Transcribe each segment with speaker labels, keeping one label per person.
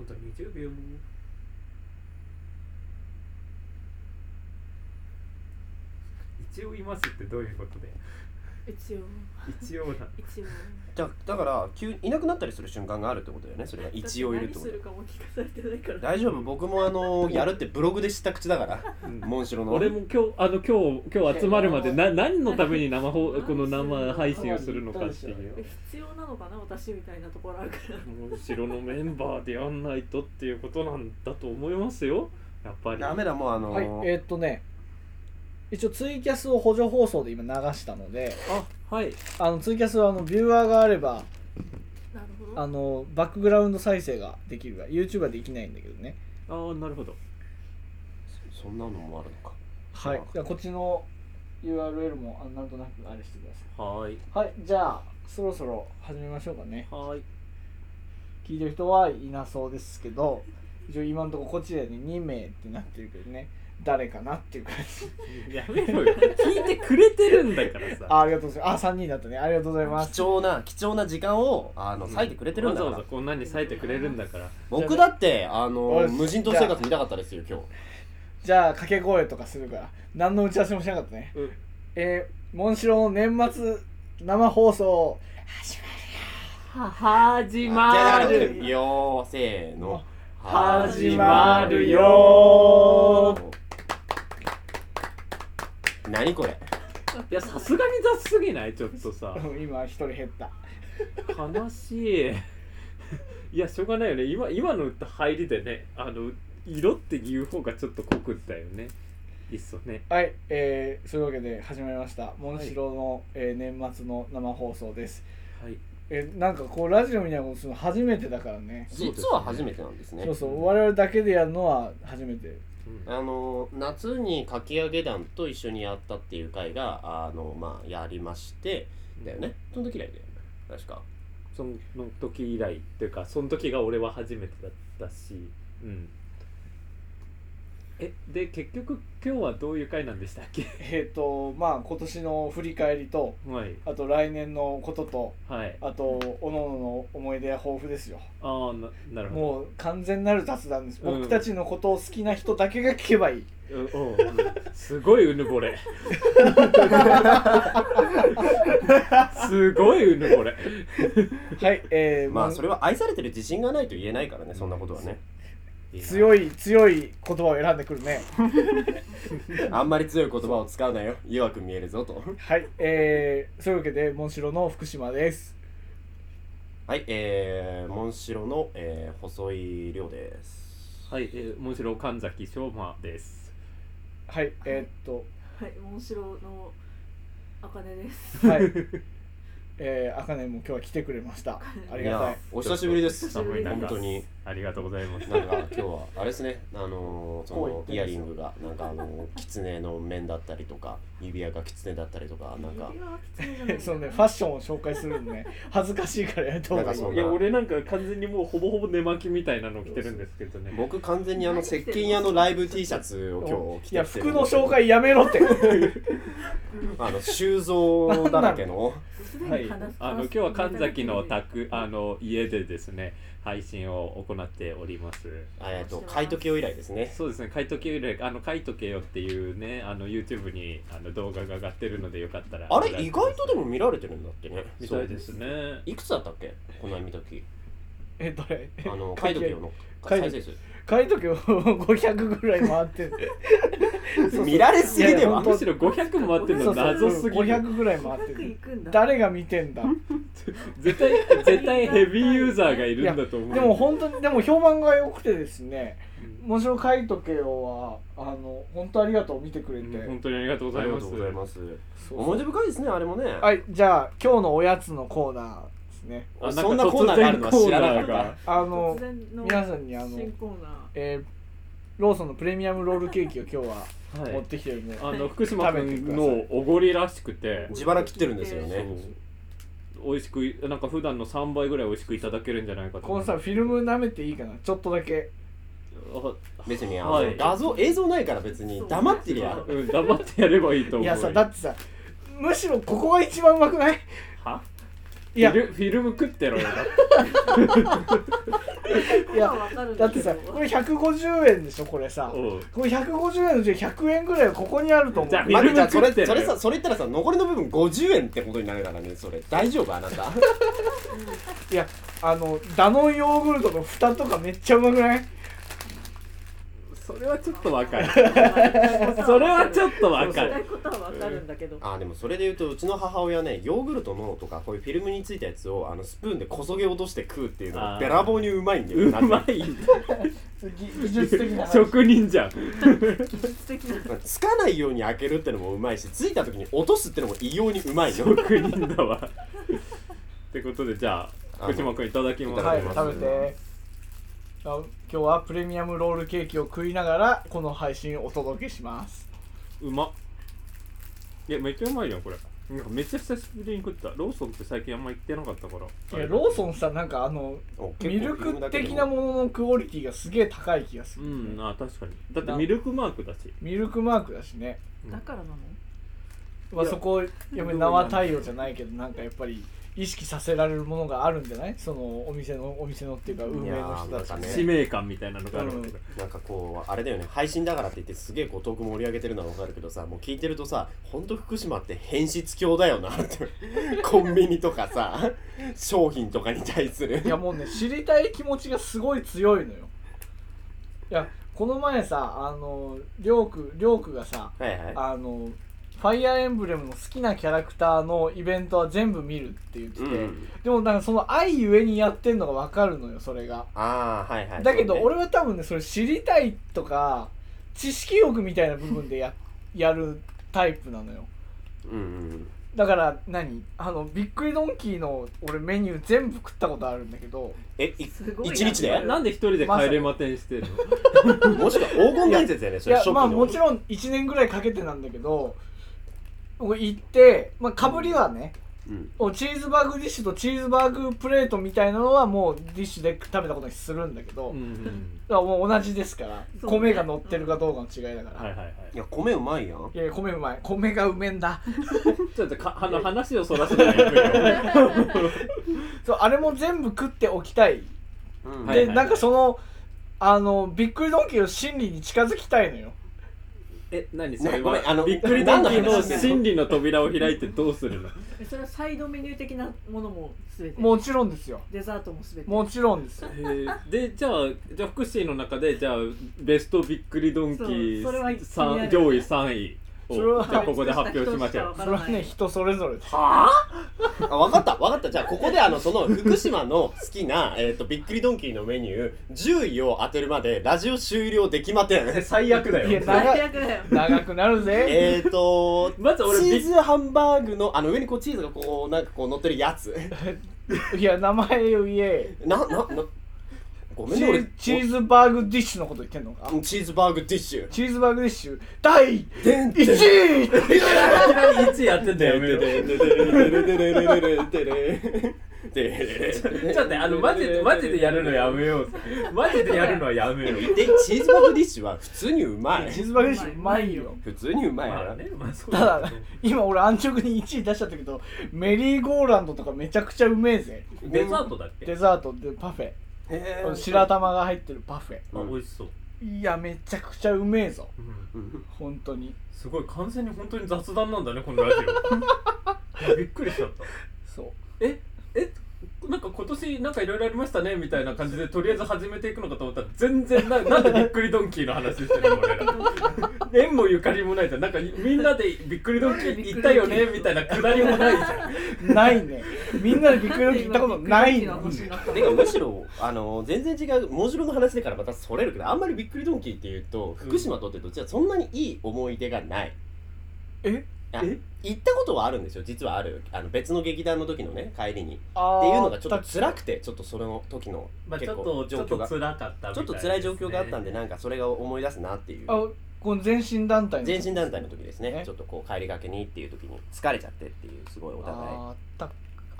Speaker 1: あと20秒一応いますってどういうことで
Speaker 2: 一応
Speaker 1: 一応だ
Speaker 2: 一応
Speaker 3: じゃだから急にいなくなったりする瞬間があるってことだよねそれが一応いるって
Speaker 2: だ
Speaker 3: こ
Speaker 2: っ
Speaker 3: と
Speaker 2: て何するかも聞かされてないから
Speaker 3: 大丈夫僕もあのやるってブログで知った口だからモンシロ の
Speaker 4: 俺も今日あの今日今日集まるまでな何のために生 放この生配信をするのかっていう
Speaker 2: え必要なのかな私みたいなところあるから
Speaker 4: 後ろのメンバーでやんないとっていうことなんだと思いますよやっぱり
Speaker 3: ダメだもうあの、
Speaker 5: はいえーっとね一応ツイキャスを補助放送で今流したので
Speaker 4: あはい
Speaker 5: あのツイキャスはあのビューアーがあれば
Speaker 2: なるほど
Speaker 5: あのバックグラウンド再生ができるが YouTube はできないんだけどね
Speaker 4: ああなるほど
Speaker 3: そんなのもあるのか
Speaker 5: はいじゃあこっちの URL もあなんとなくあれしてくださ
Speaker 4: はーい
Speaker 5: いはいじゃあそろそろ始めましょうかね
Speaker 4: はーい
Speaker 5: 聞いてる人はいなそうですけど一応今のところこっちでね2名ってなってるけどね誰かなっていう感 じ
Speaker 4: やめろよ聞いてくれてるんだからさ
Speaker 5: あありがとうございますあ3人だったねありがとうございます
Speaker 3: 貴重な貴重な時間をあの割いてくれてるんだか
Speaker 4: わ
Speaker 3: ら、
Speaker 4: ざわざこんなに割いてくれるんだから
Speaker 3: 僕だってあ
Speaker 5: お
Speaker 3: の
Speaker 5: い
Speaker 3: 無人島生活見たかったですよ今日
Speaker 5: じゃあ掛け声とかするから何の打ち合わせもしなかったね、
Speaker 4: うん
Speaker 5: えー、モンシロの年末生放送
Speaker 4: は始
Speaker 3: あじゃあ
Speaker 4: ま
Speaker 3: だから
Speaker 4: る
Speaker 3: よーせーの
Speaker 4: 始まるよ
Speaker 3: 何これ
Speaker 4: いやさすがに雑すぎないちょっとさ
Speaker 5: うん今一人減った
Speaker 4: 悲しいいやしょうがないよね今今の歌入りでねあの色っていう方がちょっと濃くったよねいっそね
Speaker 5: はい、えー、そういうわけで始まりましたモンシロの、えー年末の生放送です
Speaker 4: はい
Speaker 5: えーなんかこうラジオみたいなことするの初めてだからね
Speaker 4: そうですね
Speaker 3: 実は初めてなんですね
Speaker 5: そうそう我々だけでやるのは初めて
Speaker 4: うん
Speaker 3: あの夏にかき上げ団と一緒にやったっていう回があのまあやりましてだよねその時以来だよね確か
Speaker 4: その時以来っていうかその時が俺は初めてだったしうんえで結局今日はどういう回なんでしたっけ
Speaker 5: えっ、とまあ今年の振り返りと
Speaker 4: はい
Speaker 5: あと来年のことと
Speaker 4: はい
Speaker 5: あとおののの思い出や抱負ですよ
Speaker 4: ああななるほ
Speaker 5: もう完全なる雑談です、
Speaker 4: うん
Speaker 5: 僕たちのことを好きな人だけが聞けばいい
Speaker 4: どうおううんすごいうぬぼれすごいうぬぼれ
Speaker 5: はいえー、
Speaker 3: まあ
Speaker 5: もう
Speaker 3: それは愛されてる自信がないと言えないからねそんなことは ね
Speaker 4: い
Speaker 5: 強い強い言葉を選んでくるね
Speaker 3: あんまり強い言葉を使うなよ弱く見えるぞと
Speaker 5: はいえー、そういうわけでモンシロの福島です
Speaker 3: はいえー、モンシロの、えー、細い量です
Speaker 4: はい、えー、もちろん神崎翔馬です。
Speaker 5: はいえー、っと
Speaker 2: はいモンシロのあかねです
Speaker 5: はいえー、あかねも今日は来てくれましたありがた
Speaker 3: や
Speaker 5: い
Speaker 3: お久しぶりです
Speaker 2: 久しぶりです
Speaker 3: 本当に
Speaker 4: ありがとうございます。
Speaker 3: なんか今日はあれですねあのーそ
Speaker 5: こう言
Speaker 3: の
Speaker 5: って
Speaker 3: イヤリ
Speaker 5: るんですよ
Speaker 3: ングがなんかあの狐の面だったりとか指輪が狐だったりとかなんか
Speaker 2: 指輪はきついじゃない
Speaker 5: そのねファッションを紹介するのね恥ずかしいからやった方が
Speaker 3: ないん
Speaker 5: い
Speaker 3: かそ
Speaker 4: いや、俺なんか完全にもうほぼほぼ寝巻きみたいなの着てるんですけどね。
Speaker 3: 僕完全にあの石鹸屋のライブ T シャツを今日着てき
Speaker 5: い
Speaker 3: て
Speaker 5: や服の紹
Speaker 3: 介
Speaker 5: 介やめろって
Speaker 3: あの修造だらけの
Speaker 2: すでに
Speaker 4: は
Speaker 2: 話
Speaker 4: い
Speaker 2: す、
Speaker 4: あの今日は神崎の宅あの家でですね配信を行っております。
Speaker 3: あえっと買い時を以来ですね
Speaker 4: そうですね、カイトケよりあのカイトケよっていうねあの YouTube にあの動画が上がってるのでよかったら
Speaker 3: あれ意外とでも見られてるんだってね
Speaker 4: みたいですね。
Speaker 3: いくつだったっけこの間見た時
Speaker 5: えどれ
Speaker 3: あの買い時用の
Speaker 5: 買い
Speaker 3: 再生数
Speaker 5: 書いと けよ500ぐらい回ってる
Speaker 3: 見られすぎで
Speaker 5: いや
Speaker 3: は
Speaker 5: 本当
Speaker 4: むしろ500回ってるの
Speaker 5: そうそう
Speaker 4: 謎すぎる。
Speaker 5: 500ぐらい回って
Speaker 2: 500
Speaker 5: る
Speaker 2: 行くんだ
Speaker 5: 誰が見てんだ
Speaker 4: 絶対絶対ヘビーユーザーがいるんだと思う。
Speaker 5: でも本当にでも評判が良くてですねもちろん書いとけよはあの本当ありがとう見てくれて、
Speaker 4: うん本当にありがとうご
Speaker 3: あ
Speaker 4: ざい
Speaker 3: りが
Speaker 4: ま
Speaker 3: と
Speaker 4: す
Speaker 3: うございます
Speaker 5: そう
Speaker 3: 思い出深いですねあれもね
Speaker 5: はいじゃあ今日のおやつのコーナーですね
Speaker 3: あそんなコーナーがあるのは知らなかっ
Speaker 5: あの
Speaker 2: 突、然の
Speaker 5: 皆さんにあの
Speaker 2: 新コーナー
Speaker 5: えーローソンのプレミアムロールケーキを今日は
Speaker 4: たは
Speaker 5: 持
Speaker 4: い
Speaker 5: っ、てきてるんで、
Speaker 4: あの福島君のおごりらしくて
Speaker 3: た自腹切ってるんですよね
Speaker 4: 美味しくいなんか普段の3倍ぐらい美味しくいただけるんじゃないかと
Speaker 5: このさフィルム舐めていいかなちょっとだけ
Speaker 3: 別にあの、
Speaker 4: はい
Speaker 3: 画像映像ないから別に黙ってり
Speaker 4: あ
Speaker 3: ゃ
Speaker 4: うん、黙ってやればいいと思う
Speaker 5: い
Speaker 4: い
Speaker 5: やさだってさむしろここが一番うまくない
Speaker 4: は
Speaker 5: いや
Speaker 4: フィルフィルム食って ろよだって
Speaker 2: いや、わかるん
Speaker 5: だ
Speaker 2: だ
Speaker 5: っ
Speaker 2: け
Speaker 5: て
Speaker 2: ど
Speaker 5: さこれ150円でしょこれさ
Speaker 4: うん
Speaker 5: これ150円のうち100円ぐらいはここにあると思う
Speaker 4: じゃあ
Speaker 3: まあ、じゃあそれ
Speaker 4: 食ってる
Speaker 3: それさそれ言ったらさ残りの部分50円ってことになるからねそれ大丈夫あ なた
Speaker 5: いやあのダノンヨーグルトの蓋とかめっちゃうまくない
Speaker 4: それはちょっとわかる
Speaker 2: うん
Speaker 4: それはちょっとわか
Speaker 2: そうしたい
Speaker 4: る
Speaker 2: ことはわかるんだけど。
Speaker 3: あーでもそれで言うとうちの母親ねヨーグルトのとかこういうフィルムについたやつをあのスプーンでこそげ落として食うっていうの
Speaker 4: あ
Speaker 3: が
Speaker 4: ー
Speaker 3: べらぼうにうまいんだよ
Speaker 4: う
Speaker 3: なぜか
Speaker 4: まい
Speaker 5: 技技術的な話
Speaker 4: 職人じゃん
Speaker 2: 技術的な。
Speaker 3: つかないように開けるってのもうまいしついた時に落とすってのも異様にうまいよ
Speaker 4: 職人だわってことでじゃあ
Speaker 3: あの
Speaker 4: 福島君いただきます
Speaker 5: はい
Speaker 3: いただきます
Speaker 5: 食べてあ今日はプレミアムロールケーキを食いながらこの配信をお届けします
Speaker 4: うまっいやめっちゃうまいよこれなんかめっちゃ久しぶりに食ったローソンって最近あんま行ってなかったから
Speaker 5: いやローソ
Speaker 4: ン
Speaker 5: ンさなんかあの
Speaker 3: お結構
Speaker 5: ミルク的なもののクオリティがすげえ高い気がする、
Speaker 4: うんあ確かにだってミルクマークだし
Speaker 5: ミルクマークだしね、
Speaker 2: だからなの
Speaker 5: まあ、
Speaker 4: いや
Speaker 5: そこやめ
Speaker 4: どうなん
Speaker 5: 生対応じゃないけどなんかやっぱり意識させられるものがあるんじゃないそのお店のお店のっていうか運営
Speaker 3: い
Speaker 5: の人たち
Speaker 3: やーなんか
Speaker 4: 使
Speaker 3: ね
Speaker 4: 命感みたいなのがあるわけだ
Speaker 3: なんかこうあれだよね配信だからって言ってすげえこうトーク盛り上げてるのはわかるけどさもう聞いてるとさほんと福島って変質狂だよなって コンビニとかさ商品とかに対する
Speaker 5: いやもうね知りたい気持ちがすごい強いのよいやこの前さあのりょうくりょうくがさ
Speaker 3: はいはい
Speaker 5: あのファイアーエンブレムの好きなキャラクターのイベントは全部見るって言ってて、
Speaker 3: うんうん
Speaker 5: でもなんかその愛ゆえにやってんのが分かるのよそれが
Speaker 3: ああはいはい
Speaker 5: だけ
Speaker 3: そ
Speaker 5: ど
Speaker 3: うね
Speaker 5: 俺は多分ねそれ知りたいとか知識欲みたいな部分でややるタイプなのよ
Speaker 3: うんうん
Speaker 5: だから何あのびっくりドンキーの俺メニュー全部食ったことあるんだけど
Speaker 3: えい
Speaker 2: すごいな
Speaker 3: 一日
Speaker 4: え
Speaker 3: で
Speaker 4: なんで一人で帰れまてんしてるの
Speaker 3: もしくは黄金伝説だよねそ
Speaker 5: い
Speaker 3: れ
Speaker 5: や
Speaker 3: 初期の
Speaker 5: まあもちろん1年ぐらいかけてなんだけど僕行って、まあ、かぶりはね、
Speaker 3: うん
Speaker 5: おチーズバーグディッシュとチーズバーグプレートみたいなのはもうディッシュで食べたことにするんだけど、
Speaker 4: う
Speaker 5: だか
Speaker 4: ん
Speaker 5: らもう同じですから、
Speaker 2: そう
Speaker 5: 米が乗ってるかどうかの違いだから、
Speaker 4: はいはいはい
Speaker 3: いや米うまいやん
Speaker 5: いやいや米うまい米がうめえんだ
Speaker 4: ちょっとかあの話をそらすのやめよ
Speaker 5: そうあれも全部食っておきたい、
Speaker 3: うん
Speaker 4: はいはい
Speaker 5: でなんかそのあのびっくりドンキーの心理に近づきたいのよ
Speaker 4: え何それ
Speaker 3: ごめんあ
Speaker 4: は
Speaker 3: の
Speaker 4: びっくりドンキー
Speaker 3: 何
Speaker 4: の
Speaker 3: の話してんの
Speaker 4: 心理の扉を開いてどうするの
Speaker 2: それはサイドメニュー的なものもすべて。
Speaker 5: もちろんですよ
Speaker 2: デザートもすべて。
Speaker 5: もちろんですよ
Speaker 4: えーでじゃあじゃあ福祉の中でじゃあベストびっくりドンキー
Speaker 2: そうそれは気にな
Speaker 4: 三
Speaker 2: る
Speaker 4: 上位3位
Speaker 5: それ
Speaker 4: を
Speaker 5: は
Speaker 4: じゃあここで発表しましょう
Speaker 5: それはね人それぞれです
Speaker 3: はあ分かった分かったじゃあここであのその福島の好きな、えー、とびっくりドンキーのメニュー10位を当てるまでラジオ終了できまて ん
Speaker 4: 最悪だ
Speaker 5: いや長
Speaker 2: 最
Speaker 5: い
Speaker 2: 悪だよ。
Speaker 5: 長くなる ぜ
Speaker 3: えっと
Speaker 4: まず俺
Speaker 3: チ
Speaker 4: び
Speaker 3: ーズハンバーグのあの上にこうチーズがこうなんかこう乗ってるやつ
Speaker 5: いや名前を言え
Speaker 3: なななごめん
Speaker 5: チ
Speaker 3: ね俺
Speaker 5: ーチーズバーグディッシュのこと言ってんのか
Speaker 3: あのチーズバーグディッシュ
Speaker 5: チーズバーグディッシュ第
Speaker 3: でんでん
Speaker 5: 1位
Speaker 4: いきなり1位やってんだよやめろちょっと待ってあのマジでマジでやるのやめようマジでやるのはやめよう
Speaker 3: でチーズバーグディッシュは普通にうまい
Speaker 5: チーズバーグディッシュうまいよ
Speaker 3: 普通にうまい
Speaker 4: ま
Speaker 3: よ
Speaker 4: あねまあそう
Speaker 5: た
Speaker 4: だ
Speaker 5: だ今俺安直に1位出しちゃったけどメリーゴーランドとかめちゃくちゃうめえぜ
Speaker 4: デザートだっけ
Speaker 5: デザートでパフェ
Speaker 3: へ
Speaker 5: この
Speaker 3: ー
Speaker 5: 白玉が入ってるパフェ
Speaker 4: あ美味しそう
Speaker 5: いやめちゃくちゃうめえぞ
Speaker 4: うん
Speaker 3: うん
Speaker 5: 本当に
Speaker 4: すごい完全に本当に雑談なんだねこのラジオびっくりしちゃった
Speaker 5: そう
Speaker 4: ええなんか今年なんかいろいろありましたねみたいな感じでとりあえず始めていくのかと思ったら全然な なんでびっくりドンキーの話してるの俺ら縁もゆかりもないじゃんなんかみんなでびっくりドンキー行ったよねみたいなくだりもないじゃん
Speaker 5: ないねみんなでびっくりドンキー行ったことないの
Speaker 3: てかむしろあの全然違うモジロの話だからまたそれるけどあんまりびっくりドンキーっていうと福島とってどっちはそんなにいい思い出がない
Speaker 5: え
Speaker 3: あ行ったことはあるんですよ実はあるあの別の劇団の時のね帰りにっ
Speaker 5: あー
Speaker 3: ていうのがちょっと辛くてちょっとその時の
Speaker 4: まあち
Speaker 3: 結
Speaker 4: ょっ
Speaker 3: 構
Speaker 4: とち
Speaker 3: 状
Speaker 4: ょっ
Speaker 3: 況
Speaker 4: と
Speaker 3: がち
Speaker 4: 辛かったみたい
Speaker 3: ょっと辛い状況があったんでなんかそれが思い出すなっていう
Speaker 5: あこの全身団体の
Speaker 3: 全身団体の時ですね
Speaker 5: ね
Speaker 3: ちょっとこう帰りがけにっていう時に疲れちゃってっていうすごいお
Speaker 5: あ
Speaker 3: 互い
Speaker 5: ーあった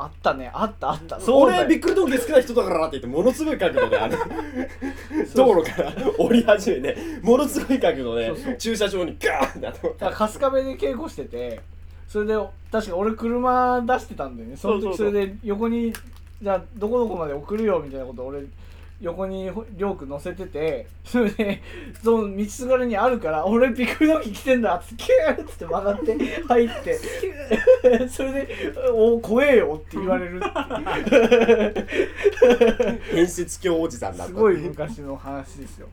Speaker 5: あったねあったあった
Speaker 3: そう
Speaker 5: だ
Speaker 3: 俺
Speaker 5: よ
Speaker 3: びっくりドンキー好きな人だからって言ってものすごい角度であの道路から降り始めてものすごい角度で
Speaker 5: そうそう
Speaker 3: 駐車場にガーンって頭
Speaker 5: だから春日部で稽古しててそれで確か俺車出してたんだよねその
Speaker 3: そう
Speaker 5: 時
Speaker 3: そ
Speaker 5: そう
Speaker 3: そう
Speaker 5: れで横にじゃあどこどこまで送るよみたいなこと俺横にほりょうくん乗せててそれでその道すがらにあるから俺ピクノキ来てんだっつってキューッつって曲がって入ってそれで「お怖えよ」って言われるっていう
Speaker 3: 変質狂おじさんだった
Speaker 5: すごい昔の話ですよ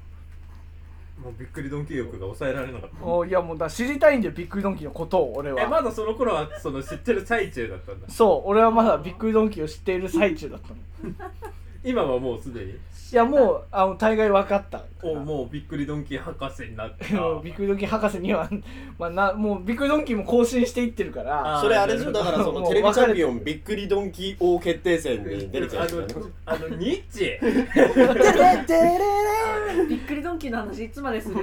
Speaker 4: もうびっくりドンキー欲が抑えられなかった
Speaker 5: おいやもうだ知りたいんだよビックリドンキーのことを俺は
Speaker 4: えまだその頃はその知ってる最中だったんだ
Speaker 5: そう俺はまだビックリドンキーを知っている最中だったのい
Speaker 4: 今はもうすでに
Speaker 5: やもうあの大概分かったから
Speaker 4: おもうびっくりドンキー博士になった
Speaker 5: もう ビックリドンキー博士には、まあ、なもうビックリドンキーも更新していってるから
Speaker 4: あ
Speaker 3: それあれでしょだからその
Speaker 5: もう
Speaker 3: テレビチャンピオンびっくりドンキー王決定戦に出るじゃないですか、ね、
Speaker 4: あのあのニッチ
Speaker 2: びっくりドンキーの話いつまでする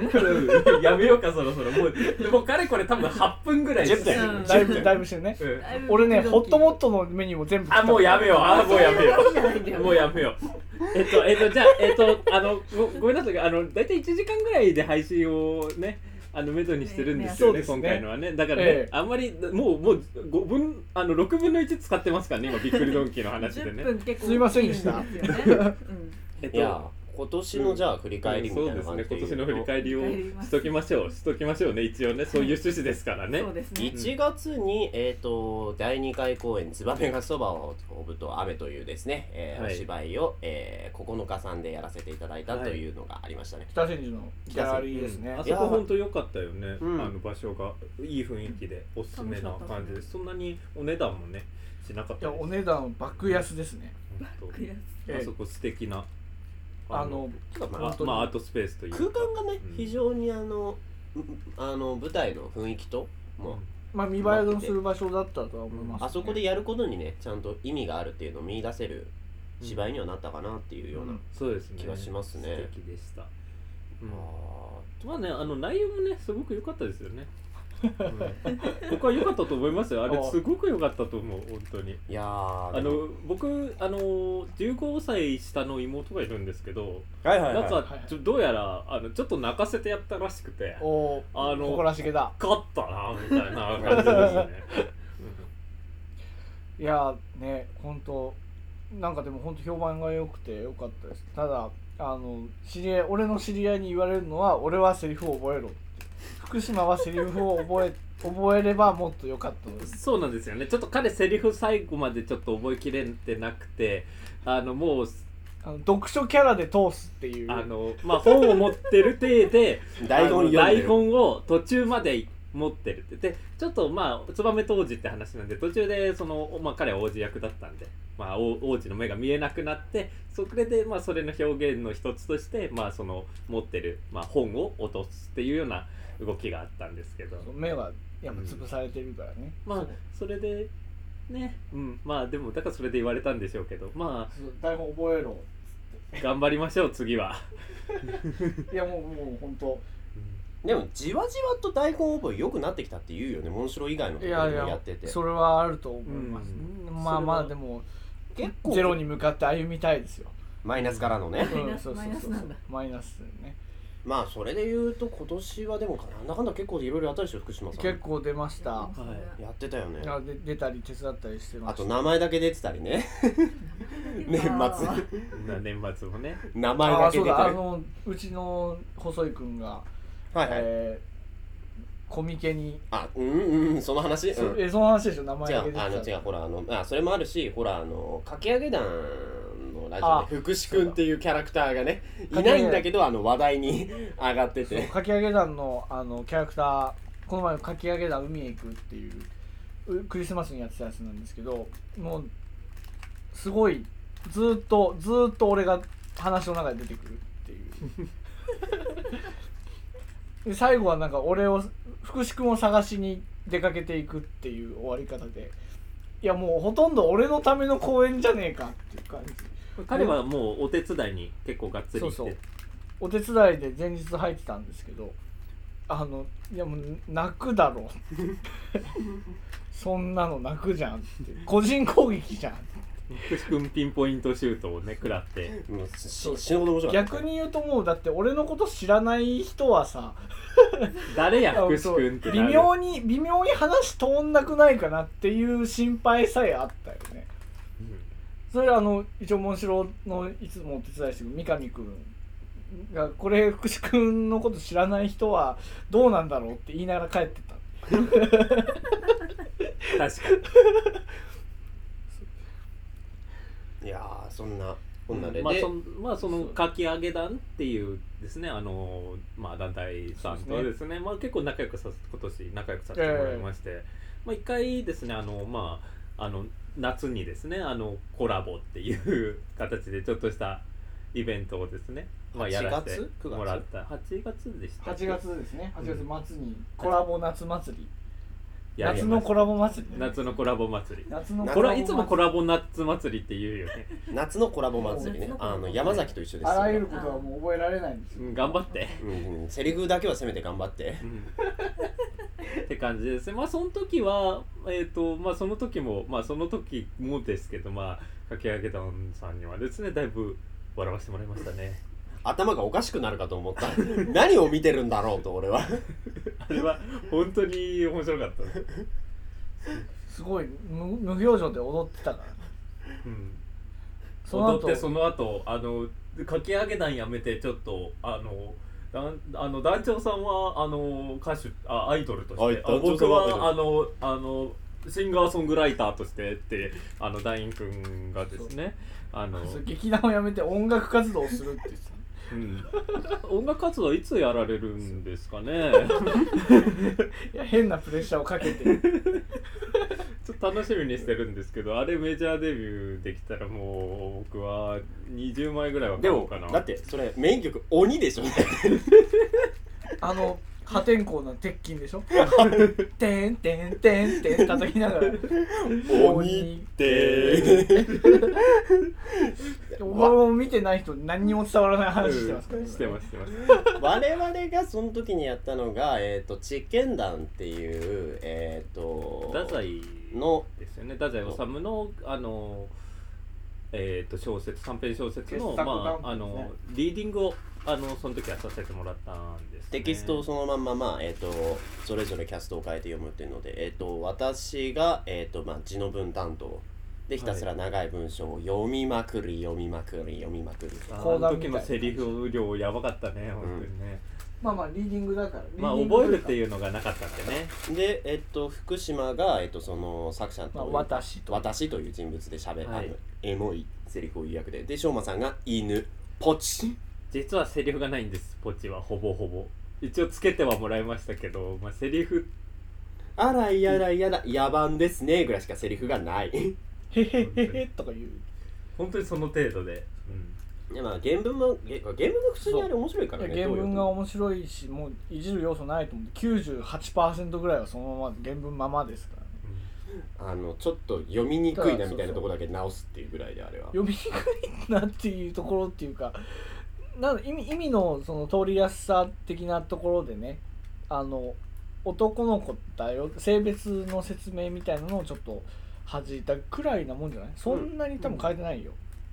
Speaker 4: やめようかそろそろもうもうかれこれ多分8分ぐらい
Speaker 3: 10
Speaker 2: う
Speaker 3: 分
Speaker 2: ん
Speaker 5: だい
Speaker 3: 10
Speaker 5: ぶ
Speaker 3: 分
Speaker 5: だいぶしてるね
Speaker 4: うん
Speaker 2: だいぶ
Speaker 5: 俺ね
Speaker 2: びっくりドン
Speaker 5: ホッ
Speaker 2: キー
Speaker 5: トモットのメニューも全部食った
Speaker 4: あもうやめようあもうやめよ
Speaker 2: そういう話じゃないんだ
Speaker 4: う
Speaker 2: よ
Speaker 4: もうやめよう えっとえっとじゃあえっとあのごごめんなさいあの大体1時間ぐらいで配信をねあの目処にしてるんですよね
Speaker 5: ねそう
Speaker 4: 今
Speaker 5: ですね
Speaker 4: 回のはねだからね、
Speaker 5: ええ
Speaker 4: あんまりもうもう5分あの6分の1使ってますからね今びっくりドンキーの話でね
Speaker 2: 10分結構
Speaker 5: すいませんでした
Speaker 2: いいですよねうん
Speaker 4: えっ
Speaker 3: いや今年のじゃあ振り返りみたいな
Speaker 4: そ
Speaker 3: 感
Speaker 4: うで
Speaker 3: じ
Speaker 4: すね今年の振
Speaker 3: 言うと
Speaker 4: り返りをしときましょうしときましょうね一応ねそういう趣旨ですからね
Speaker 2: そうですね
Speaker 3: 1月に、えー、と第2回公演「ツバメがそばを飛ぶと雨」というですね、えー
Speaker 4: はい
Speaker 3: お芝居を、えー、9日さんでやらせていただいたというのがありましたね、
Speaker 5: 北千住のギャラリーですね、
Speaker 4: あそこ本当良かったよね、
Speaker 3: うん
Speaker 4: あの場所がいい雰囲気でおすすめな感じで
Speaker 2: 楽しかったですす
Speaker 4: そんなにお値段もねしなかっ
Speaker 5: い
Speaker 4: た
Speaker 5: や
Speaker 4: です
Speaker 5: お値段爆安ですね
Speaker 4: 本
Speaker 2: 悔しい
Speaker 4: 当あそこ素敵な
Speaker 5: あの
Speaker 3: ちょっとまあ
Speaker 4: ま
Speaker 5: 本当
Speaker 4: あ、
Speaker 5: に
Speaker 4: まあ、アートスペースというか
Speaker 3: 空間がね、
Speaker 4: うん
Speaker 3: 非常にあのうあの舞台の雰囲気ともう
Speaker 5: まあ見栄えのする場所だったとは思います、ね、
Speaker 3: あそこでやることにねちゃんと意味があるっていうのを見出せる芝居にはなったかなっていうような、
Speaker 5: うん
Speaker 4: そうですね
Speaker 3: 気がしますね
Speaker 4: 素敵でした、うん
Speaker 3: ま
Speaker 4: まあねあの内容もねすごく良かったですよね、うん僕は良かったと思いますよあれすごく良かったと思う本当に
Speaker 3: あいやー
Speaker 4: あ
Speaker 3: でも
Speaker 4: の僕あの15歳下の妹がいるんですけど、
Speaker 3: はいはい
Speaker 4: 夏は
Speaker 5: はいはい
Speaker 4: ちょどうやらあのちょっと泣かせてやったらしくて
Speaker 5: おお
Speaker 4: あ
Speaker 5: あ
Speaker 4: の
Speaker 5: の誇らしげだ
Speaker 4: 勝ったなみたいな感じですね
Speaker 5: いやね本当なんかでも本当評判が良くて良かったですただあの知り合い俺の知り合いに言われるのは俺はセリフを覚えろって福島はセリフを覚え 覚えればもっと良かったです
Speaker 4: そうなんですよねちょっと彼セリフ最後までちょっと覚えきれてなくてあのもう
Speaker 5: あの読書キャラで通すっていう
Speaker 4: あの、まあ、本を持ってる体で
Speaker 3: 台本読んでる
Speaker 4: あの台本を途中まで持ってるってでちょっとまあ燕と王子って話なんで途中でその、まあ、彼は王子役だったんで、まあ、王王子の目が見えなくなってそれで、まあ、それの表現の一つとして、まあ、その持ってる、まあ、本を落とすっていうような動きがあったんですけど
Speaker 5: 目はやっぱ潰されてるからね、
Speaker 4: まあそれでねうんまあでもだからそれで言われたんでしょうけどま
Speaker 5: そう台本覚えろ
Speaker 4: あ頑張りましょう次は。
Speaker 5: いやもうもう本当
Speaker 3: でもじわじわと台本覚え良くなってきたって言うよねモンシロ以外のところでもやってて
Speaker 5: それはあると思います、
Speaker 4: うん
Speaker 5: ま
Speaker 4: そ
Speaker 5: あま
Speaker 4: れは
Speaker 5: あでも
Speaker 3: 結構
Speaker 5: ゼロに向かって歩みたいですよ
Speaker 3: マイナスからのね
Speaker 2: マイナス
Speaker 5: うんそうそうそうそう
Speaker 2: マイナスなんだ
Speaker 5: マイナスね
Speaker 3: まあそれで言うと今年はでもなんだかんだ結構いろいろやったでしょ福島さん
Speaker 5: 結構出ました
Speaker 4: は
Speaker 3: やってたよね
Speaker 5: あで出たり手伝ったりして
Speaker 3: あ
Speaker 5: ました
Speaker 3: と名前だけ出てたりね年末
Speaker 4: な年末も ね
Speaker 3: 名前
Speaker 5: あ
Speaker 3: だ
Speaker 5: あ
Speaker 3: け
Speaker 5: そ
Speaker 3: 出
Speaker 5: う
Speaker 3: てる
Speaker 5: だあ
Speaker 3: は
Speaker 5: のうちの細井君が、
Speaker 3: いはい
Speaker 5: えーコミケに、
Speaker 3: あうんうんその話う
Speaker 5: そ
Speaker 3: ん
Speaker 5: えその話でしょ名前
Speaker 3: 違
Speaker 5: だけ
Speaker 3: う
Speaker 5: 出
Speaker 3: あの
Speaker 5: て
Speaker 3: 違う
Speaker 5: た
Speaker 3: ほらあのあそれもあるしほらあのかき揚げ団のラジオで福士くんっていうキャラクターがねい
Speaker 5: そうだ
Speaker 3: ないんだけどあの話題に 上がって
Speaker 5: そう
Speaker 3: て
Speaker 5: かき揚げ団のあのキャラクターこの前のかき揚げ団海へ行くっていううクリスマスにやってたやつなんですけどもうすごいずーっとずーっと俺が話の中で出てくるっていうで最後はなんか俺を福士君を探しに出かけていくっていう終わり方でいやもうほとんど俺のための公演じゃねえかっていう感じ
Speaker 4: 彼はもうお手伝いに結構がっつり行って
Speaker 5: そうそうお手伝いで前日入ってたんですけどあのいやもう泣くだろうそんなの泣くじゃんって個人攻撃じゃん
Speaker 4: 福士君ピンポイントシュートを ね食らって
Speaker 3: うん、しし死ぬほど面白かった
Speaker 5: 逆に言うともうだって俺のこと知らない人はさ
Speaker 4: 誰や
Speaker 5: あ
Speaker 4: 福士
Speaker 5: そう
Speaker 4: 君って
Speaker 5: 微
Speaker 4: なる
Speaker 5: 妙に微妙に話通んなくないかなっていう心配さえあったよねそれあの一応モンシロのいつもお手伝いしてる三上くんがこれ福士くんのこと知らない人はどうなんだろうって言いながら帰って
Speaker 4: 確
Speaker 5: た
Speaker 4: か
Speaker 3: いやーそんなこ
Speaker 4: に
Speaker 3: んなんで、
Speaker 4: まあ
Speaker 3: で
Speaker 4: そんまあそのかき上げ団っていうですねあのまあ団体さんと
Speaker 5: そう
Speaker 4: で
Speaker 5: です
Speaker 4: ねまあ結構仲良くさせ今年仲良くさせてもらいまして、まあ一回ですねあのまああの夏にですねあのコラボっていう形でちょっとしたイベントをですね、まあ、やらせ
Speaker 3: 8月
Speaker 4: てもらった8月でしたっけ
Speaker 5: 8月ですね
Speaker 4: うん
Speaker 5: 8月末にコラボ夏祭り
Speaker 4: やりま
Speaker 5: 夏
Speaker 4: した
Speaker 5: のコラボ祭り
Speaker 4: 夏のコラボ祭り
Speaker 5: 夏の
Speaker 3: 夏
Speaker 4: こ
Speaker 5: コ
Speaker 4: れ
Speaker 5: ラボ
Speaker 4: はい
Speaker 5: 祭り
Speaker 4: つもコラボナッツ祭りって言うよね
Speaker 3: 夏のコラボ祭りね
Speaker 2: 夏のコラ
Speaker 3: あ
Speaker 2: ボ
Speaker 3: の山崎と一緒ですよ
Speaker 5: あらゆることはもう覚えられないんですよ
Speaker 4: うん頑張って、
Speaker 3: うんうん、セリフだけはせめて頑張って
Speaker 4: って感じですねまあその時はえっ、とまあその時もまあその時もですけどまあかき上げ団さんにはですねだいぶ笑わせてもらいましたね
Speaker 3: 頭がおかしくなるかと思った 何を見てるんだろうと俺は
Speaker 4: あれは本当に面白かったです、
Speaker 5: すごい無無表情で踊ってたから
Speaker 4: うん、
Speaker 5: その
Speaker 4: 踊
Speaker 5: 後
Speaker 4: ってその後あのかき上げ団やめてちょっとあの団あの団長さんはあの歌手あアイドルと
Speaker 3: は
Speaker 4: し
Speaker 3: い
Speaker 4: て、あ
Speaker 3: 団長
Speaker 4: 僕
Speaker 3: さんは
Speaker 4: はあのあのシンガーソングライターとしてってあの団員くんがですねあの、
Speaker 5: そう劇団を辞めて音楽活動をするって言ってた
Speaker 4: うん、音楽活動いつやられるんですかね
Speaker 5: いや変なプレッシャーをかけて
Speaker 4: ちょっと楽しみにしてるんですけどあれメジャーデビューできたらもう僕は20枚ぐらいは買
Speaker 3: で
Speaker 4: おう
Speaker 3: も
Speaker 4: かな
Speaker 3: だってそれメイン曲「鬼」でしょね
Speaker 5: あの破天荒な鉄筋でしょてんてんてんてん叩きながら
Speaker 3: 鬼って
Speaker 5: お前も見てない人に何にも伝わらない話してますから、
Speaker 4: うんしてますしてます
Speaker 3: 我々がその時にやったのが「えー、と知見団」っていうえっ、と
Speaker 4: 太宰
Speaker 3: の
Speaker 4: ですよね太宰治のあのえー、と小説短編小説の,、
Speaker 5: 傑作
Speaker 4: まああ
Speaker 5: 短編ですね
Speaker 4: のリーディングをあのその時はさせてもらったんです、ね、
Speaker 3: テキストをそのまんま、まあえー、とそれぞれキャストを変えて読むっていうので、えー、と私が、えーとまあ、字の文担当でひたすら長い文章を読みまくり読みまくり読みまくり
Speaker 4: あ
Speaker 5: 講
Speaker 4: の
Speaker 5: 談みた
Speaker 4: 時
Speaker 5: い
Speaker 4: の
Speaker 5: な
Speaker 4: セリフ量やばかったね本当にね、
Speaker 5: まあまあリーディングだから
Speaker 4: まあ覚えるって
Speaker 5: う
Speaker 4: いうのがなかったんでね
Speaker 3: で、えっと、福島が、えっと、その作者と、
Speaker 5: まあ私と
Speaker 3: 私という人物で喋る、
Speaker 4: はい
Speaker 3: あのエモいセリフを言う役ででしょうまさんが犬ポチ
Speaker 4: 実はセリフがないんですポチはほぼほぼ一応つけてはもらいましたけど、まあ、セリフ
Speaker 3: あらいやらいやら野蛮ですねぐらいしかセリフがない で
Speaker 5: へへへへとか言う
Speaker 4: 本当にその程度で、うん
Speaker 3: まあ原文もげ原文が普通にあれ面白いからね
Speaker 5: いや原文が
Speaker 3: どうよ
Speaker 5: 面白いしもういじる要素ないと思って98%ぐらいはそのまま原文ままですからね
Speaker 3: あのちょっと読みにくいなみたいなところだけ直すっていうぐらいであれは
Speaker 5: 読みにくいなっていうところっていうかなん意味意味のその通りやすさ的なところでねあの男の子だよ性別の説明みたいなのをちょっと弾いたくらいなもんじゃないそんなに多分変えてないよ、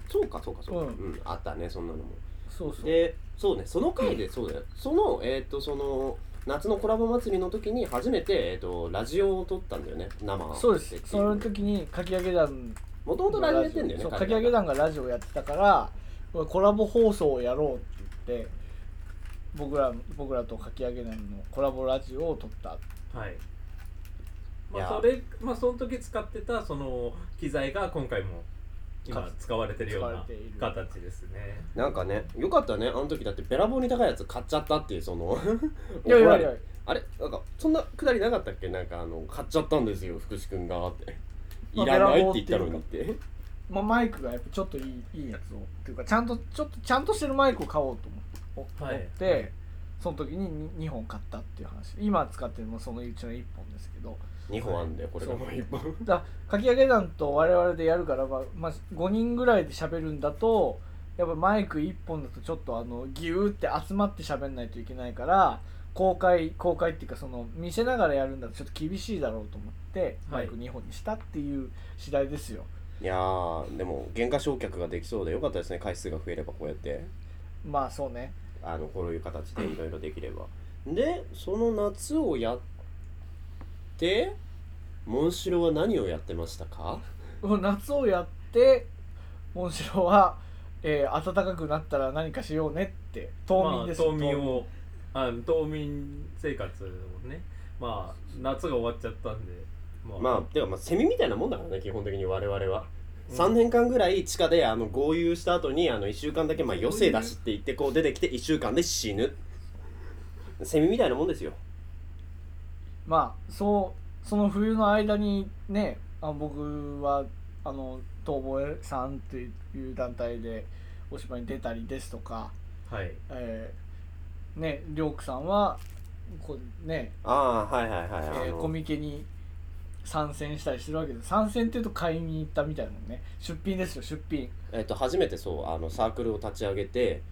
Speaker 3: そうかそうかそうか、
Speaker 5: うん
Speaker 3: うん、あったねそんなのも
Speaker 5: そうそう
Speaker 3: でそうねその回でそうだよ、そのえっ、とその夏のコラボ祭りの時に初めて、えー、とラジオを撮ったんだよね生
Speaker 5: そうですその時にかき上げ団
Speaker 3: もともとラジオやってんだよね
Speaker 5: そうか
Speaker 3: 彼
Speaker 5: き
Speaker 3: ら
Speaker 5: 上げ団がラジオやってたからコラボ放送をやろうって言って僕ら僕らとかき上げ団のコラボラジオを撮った
Speaker 4: はい
Speaker 3: い
Speaker 4: ま
Speaker 3: や
Speaker 4: あそれまあその時使ってたその機材が今回も今
Speaker 5: か
Speaker 4: 使われてるよう
Speaker 5: 使わ
Speaker 4: な
Speaker 5: れている
Speaker 4: 形ですね
Speaker 3: なんかねよかったねあの時だってべらぼうに高いやつ買っちゃったっていうその
Speaker 5: いやい
Speaker 3: 怒ら
Speaker 5: やい
Speaker 3: れ
Speaker 5: や
Speaker 3: あれなんかそんなくだりなかったっけなんかあの買っちゃったんですよ福士君が って
Speaker 5: ま
Speaker 3: い
Speaker 5: あ
Speaker 3: らないって言ったのにって
Speaker 5: まあ、マイクがやっぱちょっといいいいやつをっていうかちゃんとちょっとちゃんとしてるマイクを買おうと思って、
Speaker 4: はい
Speaker 5: 思ってその時に2本買ったっていう話今使ってるのもそのうちの1本ですけど
Speaker 3: 2本あんだよこれがもう1本
Speaker 5: だかき上げ団と我々でやるから、まあまあ、5人ぐらいで喋るんだとやっぱマイク1本だとちょっとあのギューって集まって喋んないといけないから公開公開っていうかその見せながらやるんだとちょっと厳しいだろうと思って
Speaker 4: は
Speaker 5: マ
Speaker 4: い
Speaker 5: イク2本にしたっていう次第ですよ、
Speaker 3: いやーでも減価償却ができそうでよかったですね回数が増えればこうやって
Speaker 5: まあそうね
Speaker 3: あのこういう形でいろいろできればでその夏をやってモンシロは何をやってましたか
Speaker 5: 夏をやってモンシロは、えー暖かくなったら何かしようねって冬眠です、
Speaker 4: まあ、冬眠をあ冬眠生活をねまあ夏が終わっちゃったんでま
Speaker 3: まあではまあセミみたいなもんだからね基本的に我々は。
Speaker 4: うん
Speaker 3: 3年間ぐらい地下であの合流した後にあの1週間だけまあ余生だしって言ってこう出てきて1週間で死ぬセミみたいなもんですよ
Speaker 5: まあそうその冬の間にねあ僕はあの逃亡さんという団体でお芝居に出たりですとか、
Speaker 4: はい
Speaker 5: えー、ねりょうくさんはこうね、
Speaker 3: ああはいはいはい、
Speaker 5: え
Speaker 3: あ
Speaker 5: ー
Speaker 3: の
Speaker 5: コミケに参戦したりしてるわけで参戦っていうと買いに行ったみたいなもんね出品ですよ出品
Speaker 3: えっと初めてそうあのサークルを立ち上げて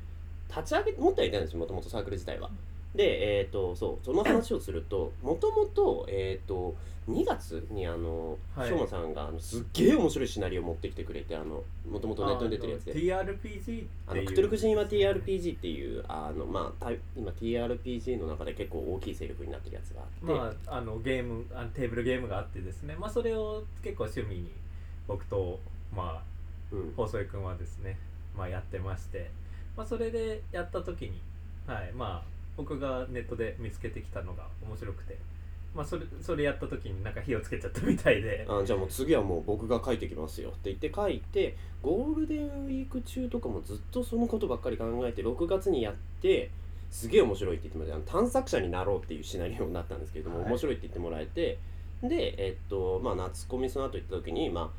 Speaker 3: 立ち上げ持ってはいたんですよもともとサークル自体は。でえっとそうその話をすると もともとえっと2月にあの、
Speaker 4: はい
Speaker 3: しょうまさんがあのすっげえ面白いシナリオを持ってきてくれてあのもともとネットに出てるやつで
Speaker 4: TRPG っていう
Speaker 3: あのクトゥルク神話 TRPG っていうあの、まあ、た今 TRPG の中で結構大きい勢力になってるやつがあって、
Speaker 4: まあ、あのゲームあのテーブルゲームがあってですね、まあ、それを結構趣味に僕と、まあ、
Speaker 3: うん、
Speaker 4: 細井君はですね、まあ、やってまして、まあ、それでやった時に、はいまあ、僕がネットで見つけてきたのが面白くて、まあ、それそれやった時になんか火をつけちゃったみたいで
Speaker 3: あじゃあもう次はもう僕が書いてきますよって言って書いてゴールデンウィーク中とかもずっとそのことばっかり考えて6月にやってすげえ面白いって言ってもらってあの探索者になろうっていうシナリオになったんですけれども、
Speaker 4: はい
Speaker 3: 面白いって言ってもらえてでえっとまあ夏コミその後行った時にま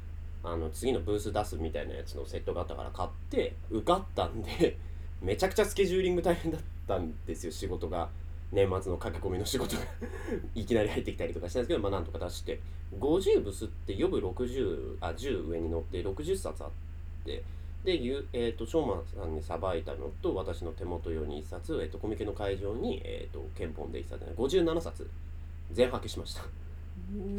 Speaker 3: ああの次のブース出すみたいなやつのセットがあったから買って受かったんで めちゃくちゃスケジューリング大変だったんですよ仕事が年末の駆け込みの仕事が いきなり入ってきたりとかしたんですけどまあなんとか出して50ブスって予部60あ10上に乗って60冊あってで、ゆえー、と昌磨さんにさばいたのと私の手元用に1冊、えー、とコミケの会場に、えー、と憲本で1冊57冊全破棄しました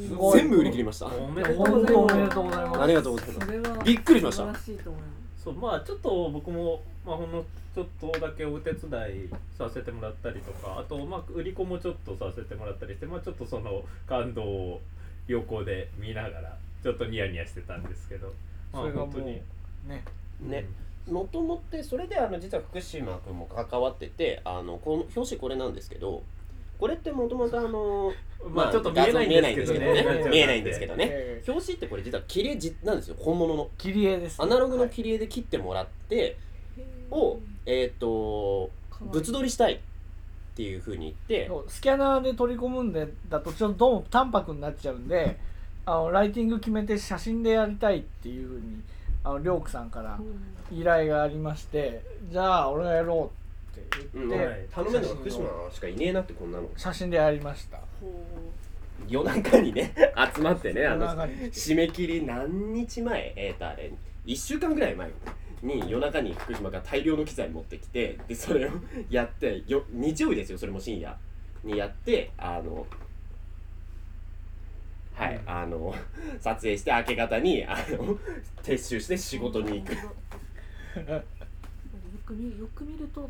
Speaker 5: すごい
Speaker 3: 全部売り切り ました
Speaker 4: おめでとうござい
Speaker 5: 本
Speaker 4: ます
Speaker 5: 当おめでとうございます
Speaker 3: ありがとうございます
Speaker 2: それは
Speaker 3: びっくりしました
Speaker 2: 素晴らしいと思います
Speaker 4: そうまあちょっと僕も、まあ、ほんのちょっとだけお手伝いさせてもらったりとかあと、まあ、売り子もちょっとさせてもらったりして、まあ、ちょっとその感動を横で見ながらちょっとニヤニヤしてたんですけど、まあ、
Speaker 5: それがもう
Speaker 4: 本当に
Speaker 5: ね
Speaker 3: ねもともってそれであの実は福島君も関わっててあのこの表紙これなんですけどこれってもともとあの
Speaker 4: うん まあちょっと見えないんですけど
Speaker 5: 画像
Speaker 4: ね
Speaker 5: 見
Speaker 3: 見えないんですけ
Speaker 4: ど
Speaker 3: どね
Speaker 5: え
Speaker 3: 表紙ってこれ実は切れじなんですよ本物の
Speaker 5: ー切り絵です、
Speaker 3: アナログの切り絵で切ってもらってを、えっ、と
Speaker 2: かわいい
Speaker 3: 物撮りしたいっていうふうに言って
Speaker 5: そうスキャナーで取り込むんでだとちょっとどうも淡白になっちゃうんであのライティング決めて写真でやりたいっていうふうにあのりょうくさんから
Speaker 2: うん
Speaker 5: 依頼がありましてじゃあ俺がやろうって言って、
Speaker 4: うんはい
Speaker 3: 頼めるのは福島しかいねえなってこんなの
Speaker 5: 写真でやりました
Speaker 2: ほ
Speaker 3: 夜中にね集まってねあ
Speaker 5: 夜
Speaker 3: の
Speaker 5: 中に
Speaker 3: 締め切り何日前えっ、とあれ1週間ぐらい前に夜中に福島が大量の機材持ってきてでそれをやってよ日曜日ですよそれも深夜にやってあのはい、
Speaker 4: うん
Speaker 3: あの撮影して明け方にあの撤収して
Speaker 2: う
Speaker 3: 仕事に行く
Speaker 2: なるほどよく見よく見ると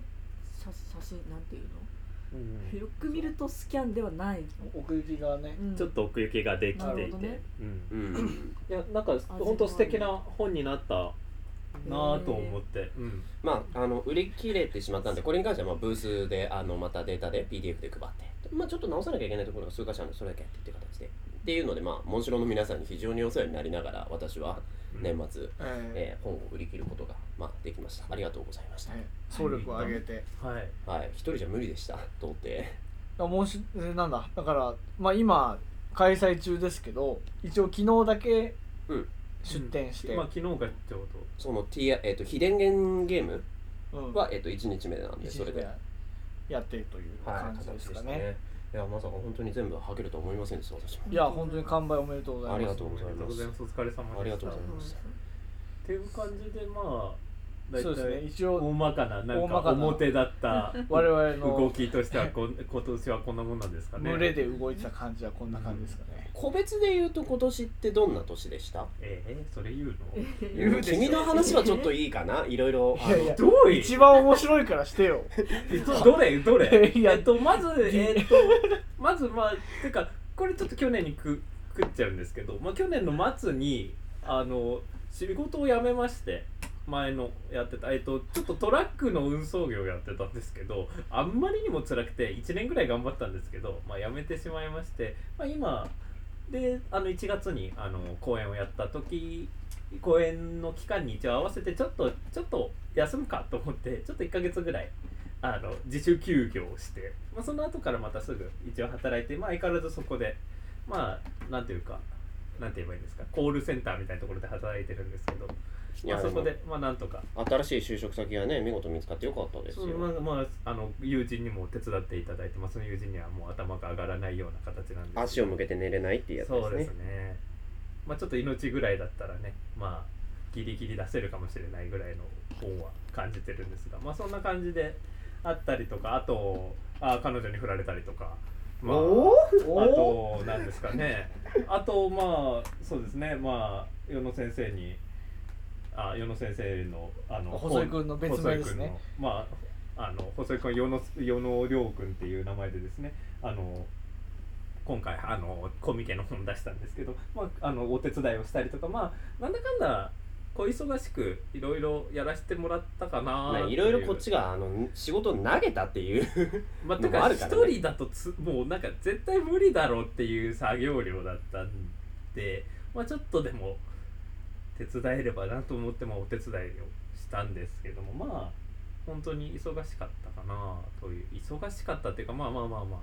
Speaker 2: 写写真なんていうのよく見るとスキャンではない、
Speaker 5: 奥行きがね
Speaker 2: うん
Speaker 4: ちょっと奥行きができ
Speaker 2: な
Speaker 4: て
Speaker 2: る
Speaker 4: い
Speaker 2: ほど
Speaker 4: て、
Speaker 2: ね
Speaker 4: うん
Speaker 3: うん
Speaker 4: いやなんか本当素敵な本になったなぁと思って、うん
Speaker 3: まあ、あの売り切れてしまったんでこれに関してはまあブースであのまたデータで PDF で配って、まあ、ちょっと直さなきゃいけないところが数箇所あるのでそれだけやってっていう形でっていうのでまあモンシロの皆さんに非常にお世話になりながら私は年末、え
Speaker 5: え
Speaker 3: ー本を売り切ることが、まあ、できましたありがとうございまし
Speaker 5: ー
Speaker 3: た、
Speaker 5: えー総力を上げて
Speaker 4: はい
Speaker 3: はい、一人じゃ無理でした到底
Speaker 5: あもうしえーなんだだから、まあ、今開催中ですけど一応昨日だけ
Speaker 3: うん
Speaker 5: 出展して、
Speaker 4: まあ昨日がちょう
Speaker 3: その、T えー、と非電源ゲーム
Speaker 5: うん
Speaker 3: は、えー、と1日目なんで
Speaker 5: 一
Speaker 3: それ
Speaker 5: 日
Speaker 3: で
Speaker 5: でやってるという
Speaker 3: はい
Speaker 5: 感じですかね,、
Speaker 3: 形いやまさか本当に全部はけるとは思いませんでした私も
Speaker 5: いや本当に完売おめでとうございます
Speaker 3: ありが
Speaker 4: ど
Speaker 3: とうございます
Speaker 4: お疲れ様でした
Speaker 3: ありがとうござい
Speaker 2: そうなん
Speaker 3: ます
Speaker 2: ですよ
Speaker 4: っていう感じでまあ大
Speaker 5: そうですね
Speaker 4: 体
Speaker 5: 一応
Speaker 4: 大まかななん
Speaker 5: 大
Speaker 4: か
Speaker 5: まかな
Speaker 4: 表だった
Speaker 5: 我々
Speaker 4: 動
Speaker 5: の
Speaker 4: きとしては こん今年はこんなもんなんですかね
Speaker 5: 群れで動いてた感じはこんな感じですかね、
Speaker 3: 個別で言うと今年ってどんな年でした
Speaker 4: ええそれ言うの
Speaker 5: 言うでしょ
Speaker 3: 君の話はちょっといいかないろいろあの
Speaker 5: いやいや
Speaker 4: どうい
Speaker 5: 一番面白いからしてよ
Speaker 4: え どどれどれ
Speaker 5: いや
Speaker 4: えっとまずえっとまずまあてかこれちょっと去年にく食っちゃうんですけど、まあ、去年の末にあの仕事を辞めまして前のやってた、えっと、ちょっとトラックの運送業をやってたんですけどあんまりにも辛くて1年ぐらい頑張ったんですけど、まあ、辞めてしまいまして、まあ、今であの1月にあの公演をやった時公演の期間に一応合わせてちょっとちょっと休むかと思ってちょっと1ヶ月ぐらいあの自主休業をして、まあ、その後からまたすぐ一応働いて、まあ、相変わらずそこでまあなんていうかなんて言えばいいんですかコールセンターみたいなところで働いてるんですけど、
Speaker 3: い
Speaker 4: ま
Speaker 3: や
Speaker 4: あ、そこでまあなんとか
Speaker 3: でも新しい就職先がね見事見つかってよかったです
Speaker 4: そ
Speaker 3: よ、
Speaker 4: うまあまああの友人にも手伝っていただいて、まあ、その友人にはもう頭が上がらないような形なんですけど
Speaker 3: 足を向けて寝れないっていうやつです
Speaker 4: そうで
Speaker 3: ね
Speaker 4: すねまあちょっと命ぐらいだったらねまあギリギリ出せるかもしれないぐらいの本は感じてるんですがまあそんな感じであったりとかあとあ彼女に振られたりとかまあ
Speaker 5: お
Speaker 4: あ
Speaker 5: お
Speaker 4: となんですかねあとまあそうですねまあ与野先生にあ与野先生のあの
Speaker 5: 細井君の別名で
Speaker 4: 細
Speaker 5: すね
Speaker 4: 井君のまああの細井君は与野与野亮君っていう名前でですねあの今回あのコミケの本出したんですけど、まあ、あのお手伝いをしたりとかまあなんだかんだ小忙しくいろいろやらせてもらったかな
Speaker 3: ね
Speaker 4: ってう
Speaker 3: いろいろこっちがあの仕事を投げたっていう
Speaker 4: まあ、
Speaker 3: の
Speaker 4: て
Speaker 3: も
Speaker 4: か
Speaker 3: ある
Speaker 4: 一
Speaker 3: からね
Speaker 4: 人だとつもうなんか絶対無理だろうっていう作業量だったんで、まあ、ちょっとでも手伝えればなと思ってまあお手伝いをしたんですけどもまあ本当に忙しかったかなという忙しかったっていうかまあまあまあまあ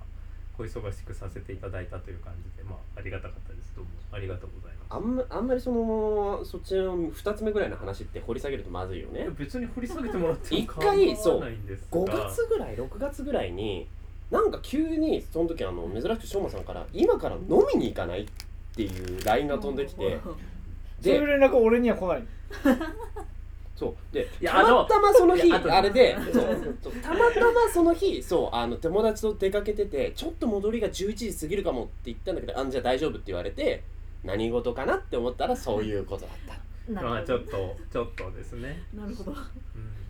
Speaker 4: 小忙しくさせていただいたという感じでまあありがたかったですどうもありがとうございます
Speaker 3: あん,、まあんまりそのそっちの2つ目ぐらいの話って掘り下げるとまずいよ
Speaker 4: い
Speaker 3: ね
Speaker 4: や別に掘り下げてもらっても
Speaker 3: 一回
Speaker 4: 構わないんですが
Speaker 3: 5月ぐらい6月ぐらいになんか急にその時あの珍しくしょうまさんから「今から飲みに行かない?」っていう LINE が飛んできて
Speaker 5: そういう
Speaker 3: で
Speaker 5: 連絡俺には来ない
Speaker 3: そうで
Speaker 4: いや
Speaker 3: たまたまその
Speaker 4: い
Speaker 3: 日
Speaker 4: やあと
Speaker 3: あれで
Speaker 2: うん
Speaker 3: そうそうたまたまその日そうあの友達と出かけててちょっと戻りが11時過ぎるかもって言ったんだけど「あんじゃあ大丈夫」って言われて何事かなって思ったらそういうことだった
Speaker 2: な
Speaker 4: まあ
Speaker 2: る
Speaker 4: ち
Speaker 2: ほ
Speaker 4: ょっとちょっとですね、
Speaker 2: どなるほど
Speaker 4: うん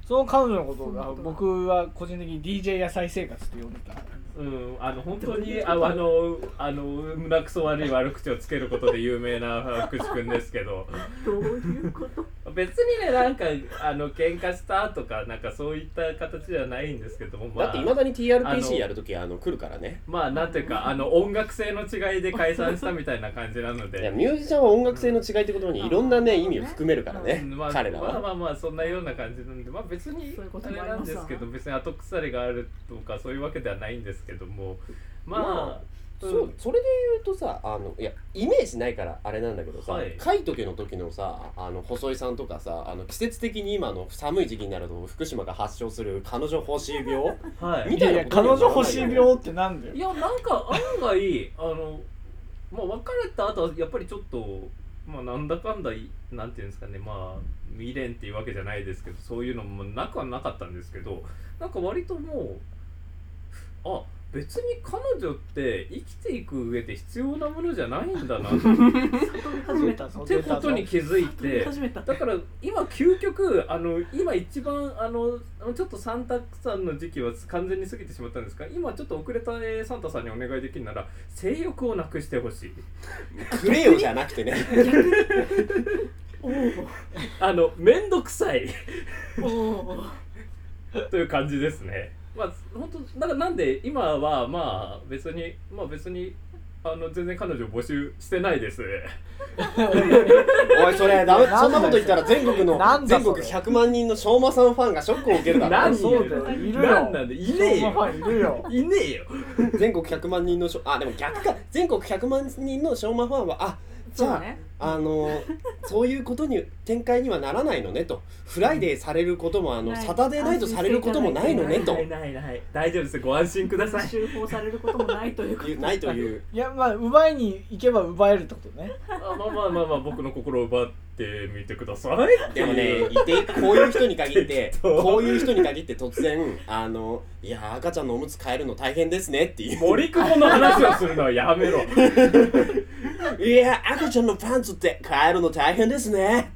Speaker 5: その彼女のことをあ
Speaker 2: そうなんだ
Speaker 5: 僕は個人的に DJ 野菜生活って呼んでた
Speaker 4: うん、あの本当にああのあの胸くそ悪い悪口をつけることで有名な福士君ですけど
Speaker 2: どういうこと
Speaker 4: 別にねなんかあの喧嘩したとかなんかそういった形じゃないんですけども、まあ、
Speaker 3: だっていまだに TRPC やるときあの来るからね
Speaker 4: まあなんていうかあの音楽性の違いで解散したみたいな感じなの
Speaker 3: い
Speaker 4: で、
Speaker 3: やミュージシャンは音楽性の違いってことにいろんなね意味を含めるから
Speaker 4: う
Speaker 3: ね
Speaker 4: んまあ、
Speaker 3: 彼ら
Speaker 4: まあ
Speaker 3: は
Speaker 4: まあまあそんなような感じなんでまあ別に
Speaker 2: そういうこと
Speaker 4: あ
Speaker 2: も
Speaker 4: れ
Speaker 2: あり
Speaker 4: なん
Speaker 2: ます
Speaker 4: ですけど別に後腐れがあるとかそういうわけではないんですけどもまあ、
Speaker 3: ま
Speaker 4: うん
Speaker 3: そうそれで言うとさあのいやイメージないからあれなんだけどさ
Speaker 4: はい
Speaker 3: 海時の時のさあの細井さんとかさあの季節的に今の寒い時期になると福島が発症する彼女欲しい病
Speaker 4: はい
Speaker 3: み
Speaker 5: い
Speaker 3: た
Speaker 5: や
Speaker 3: い
Speaker 5: い
Speaker 3: な
Speaker 5: や
Speaker 3: こと
Speaker 5: 彼女
Speaker 3: にはならないよね
Speaker 5: 欲しい病ってなんだよ
Speaker 4: いやなんか案外あのまあ別れた後はやっぱりちょっとまあなんだかんだいなんていうんですかねまあ未練っていうわけじゃないですけどそういうのもなくはなかったんですけどなんか割ともうあ別に彼女って生きていく上で必要なものじゃないんだなっ
Speaker 2: 悟り始め た
Speaker 5: そう
Speaker 4: てことに気づい
Speaker 2: 悟り
Speaker 4: て
Speaker 2: 始めた
Speaker 4: だから今究極あの今一番あのちょっとサンタさんの時期は完全に過ぎてしまったんですが今ちょっと遅れたえーサンタさんにお願いできるなら性欲をなくしてほしい
Speaker 3: くれよじゃなくてね
Speaker 2: おー
Speaker 4: あの面倒くさい
Speaker 2: おー
Speaker 4: という感じですねまあ本当だからなんで今はまあ別にまあ別にあの全然彼女募集してないです
Speaker 3: おいそれダメ
Speaker 5: なんだよ
Speaker 3: そんなこと言ったら全国の
Speaker 5: なんだ
Speaker 3: 全
Speaker 5: そ
Speaker 3: 国
Speaker 5: れ
Speaker 3: 100万人のしょうまさんファンがショックを受けるだろ
Speaker 4: 何
Speaker 5: そうだよいるよ
Speaker 4: なんなんでいねえ
Speaker 5: そんな
Speaker 4: よ
Speaker 5: ファンいるよ
Speaker 4: いねえよ
Speaker 3: 全国100万人のしょあでも逆か全国100万人のしょうまファンはあじ
Speaker 2: そ
Speaker 3: ゃ
Speaker 2: う
Speaker 3: あ
Speaker 2: ね
Speaker 3: あのそういうことに展開にはならないのねとフライデーされることもあの
Speaker 2: ない
Speaker 3: サタデーナイトされることもないのねと
Speaker 4: ないないない大丈夫ですご安心ください
Speaker 2: 修法されることもないと いうこと
Speaker 3: いうないと
Speaker 2: う
Speaker 3: いう
Speaker 5: いやまあ奪いに行けば奪えるってことね
Speaker 4: あまあまあまあまあ僕の心を奪ってみてくださいって
Speaker 3: でもね
Speaker 4: い
Speaker 3: いうてこういう人に限 って
Speaker 4: 適当
Speaker 3: こういう人に限って突然あのいや赤ちゃんのおむつ変えるの大変ですねって いう
Speaker 4: 森久保の話をするのはやめろ
Speaker 3: いや赤ちゃんのパンツって変えるの大変ですね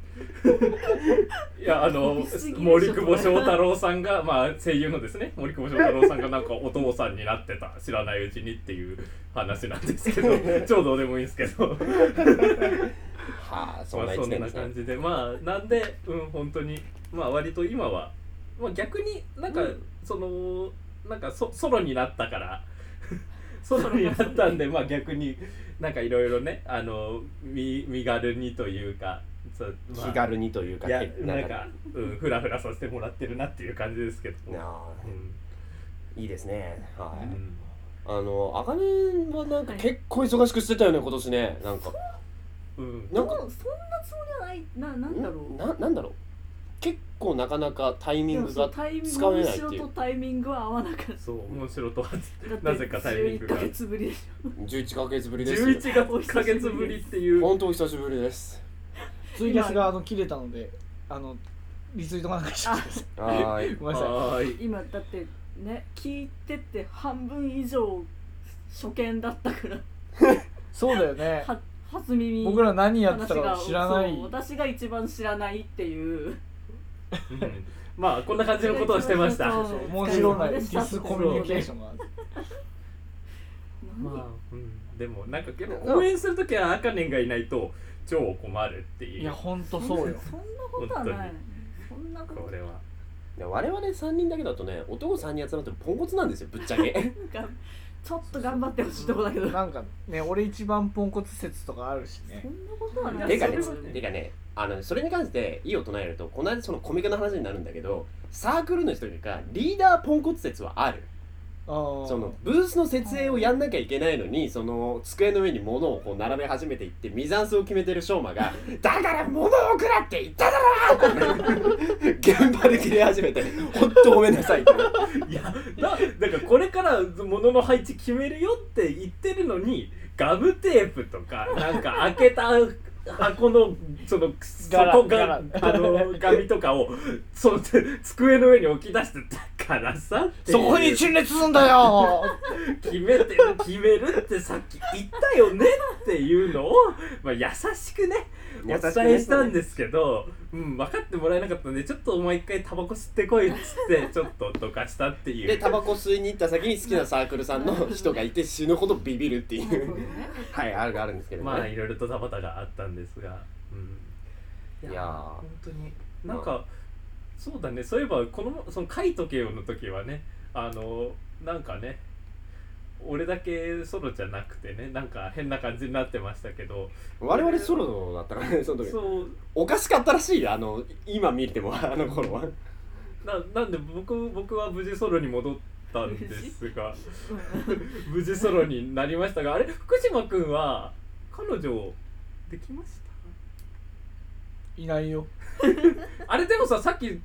Speaker 4: いやあの
Speaker 2: 言い過ぎでしょ
Speaker 4: 森久保祥太郎さんが、まあ、声優のですね森久保祥太郎さんがなんかお父さんになってた知らないうちにっていう話なんですけど超どうでもいいんですけど
Speaker 3: はあそ
Speaker 4: ま
Speaker 3: ん
Speaker 4: あ
Speaker 3: な
Speaker 4: そ
Speaker 3: 一
Speaker 4: ん
Speaker 3: 年
Speaker 4: な
Speaker 3: ですね
Speaker 4: 感じでまあなんでうん本当にまあ割と今は、まあ、逆になんか、そのなんかソソロになったから ソロになったんでまあ逆になんかいろいろねあの身身軽にというかそうまあ
Speaker 3: 気軽にというか
Speaker 4: いや
Speaker 3: 結構
Speaker 4: なんか、うん、フラフラさせてもらってるなっていう感じですけど、
Speaker 3: なあ
Speaker 4: うん
Speaker 3: いいですねは
Speaker 4: う
Speaker 3: い、
Speaker 4: ん
Speaker 3: あのあかねはなんか結構忙しくしてたよね今年ねなんか
Speaker 4: うん
Speaker 3: なん
Speaker 2: そ
Speaker 3: か
Speaker 2: んなつもりはないななんだろう
Speaker 3: ななんだろう結構なかなかタイミング
Speaker 2: そう
Speaker 3: が
Speaker 2: タイミン
Speaker 3: 使
Speaker 2: グ
Speaker 3: えないっていう
Speaker 2: 後ろとタイミングは合わなかっ
Speaker 4: そう面白とは
Speaker 2: ただって
Speaker 4: なぜかタイミングが
Speaker 2: 11ヶ月ぶりでし
Speaker 3: 11ヶ月ぶりです
Speaker 4: 11
Speaker 3: よ
Speaker 4: 月1ヶ月ぶりっていう
Speaker 3: 本当お久しぶりです
Speaker 5: ツイキャスがあの切れたのであのリツイートがなんかしちゃって
Speaker 3: はーい
Speaker 5: ごめんなさい
Speaker 4: はーい
Speaker 2: ょ今だってね聞いてて半分以上初見だったから
Speaker 5: そうだよね
Speaker 2: は初耳
Speaker 5: 僕ら何やってたか知らない
Speaker 2: そう私が一番知らないっていう
Speaker 4: うんまあこんな感じのことをしてました
Speaker 2: そう
Speaker 4: ま
Speaker 2: そうそう
Speaker 5: 面白な
Speaker 2: お疲
Speaker 5: い
Speaker 2: れ様
Speaker 5: デ
Speaker 2: でした
Speaker 5: ィスコミュニケーションが
Speaker 2: 何
Speaker 4: あ、うん、でもなんかでも応援するときは赤年がいないと超困るっていう
Speaker 5: いやほんとそうよ
Speaker 2: そんなことはないそんなこと
Speaker 4: これは
Speaker 3: で我々3人だけだとね男3人集まってもポンコツなんですよぶっち ゃけ
Speaker 2: がちょっと頑張ってほしいとこだけどそんな
Speaker 5: なんかね俺一番ポンコツ説とかあるしね
Speaker 2: ことはない
Speaker 3: てかね
Speaker 2: それは
Speaker 3: てかねあのねそれに関して異を唱えるとこの間そのコミカルな話になるんだけどサークルの人というかリーダーポンコツ説はある
Speaker 5: あー
Speaker 3: そのブースの設営をやんなきゃいけないのにその机の上に物をこう並べ始めていってミザンスを決めてるショー マが「だから物を送らって言っただろ!」現場で切れ始めて「ほんとごめんなさい」って
Speaker 4: いやだだからこれから物の配置決めるよって言ってるのにガムテープとかなんか開けた箱のその
Speaker 5: 柄
Speaker 4: 底があ
Speaker 5: 柄
Speaker 4: の紙とかをその机の上に置き出してたからさっていう
Speaker 5: そこに陳列すんだよ
Speaker 4: 決めて決めるってさっき言ったよねっていうのを、まあ、優しくねお
Speaker 3: 優しくね
Speaker 4: 伝えしたんですけど、うん、分かってもらえなかったんでちょっとお前一回タバコ吸ってこいっつってちょっとどかしたっていう
Speaker 3: でタバコ吸いに行った先に好きなサークルさんの人がいて死ぬほどビビるってい
Speaker 2: なるほ
Speaker 3: う
Speaker 2: どね
Speaker 3: はいあるあるんですけどね、
Speaker 4: まあいろいろとダバタがあったんですが、うん、
Speaker 3: いやー
Speaker 4: 本当になんか、そうだねそういえばこのその書いとけよの時はねあのなんかね俺だけソロじゃなくてねなんか変な感じになってましたけど
Speaker 3: 我々ソロだったからねその時
Speaker 4: そう
Speaker 3: おかしかったらしいよあの今見てもあの頃 は
Speaker 4: ななんで僕僕は無事ソロに戻ったんですが無事ソロになりましたがあれ福島君は彼女できました
Speaker 5: いないよ
Speaker 4: あれでもささっき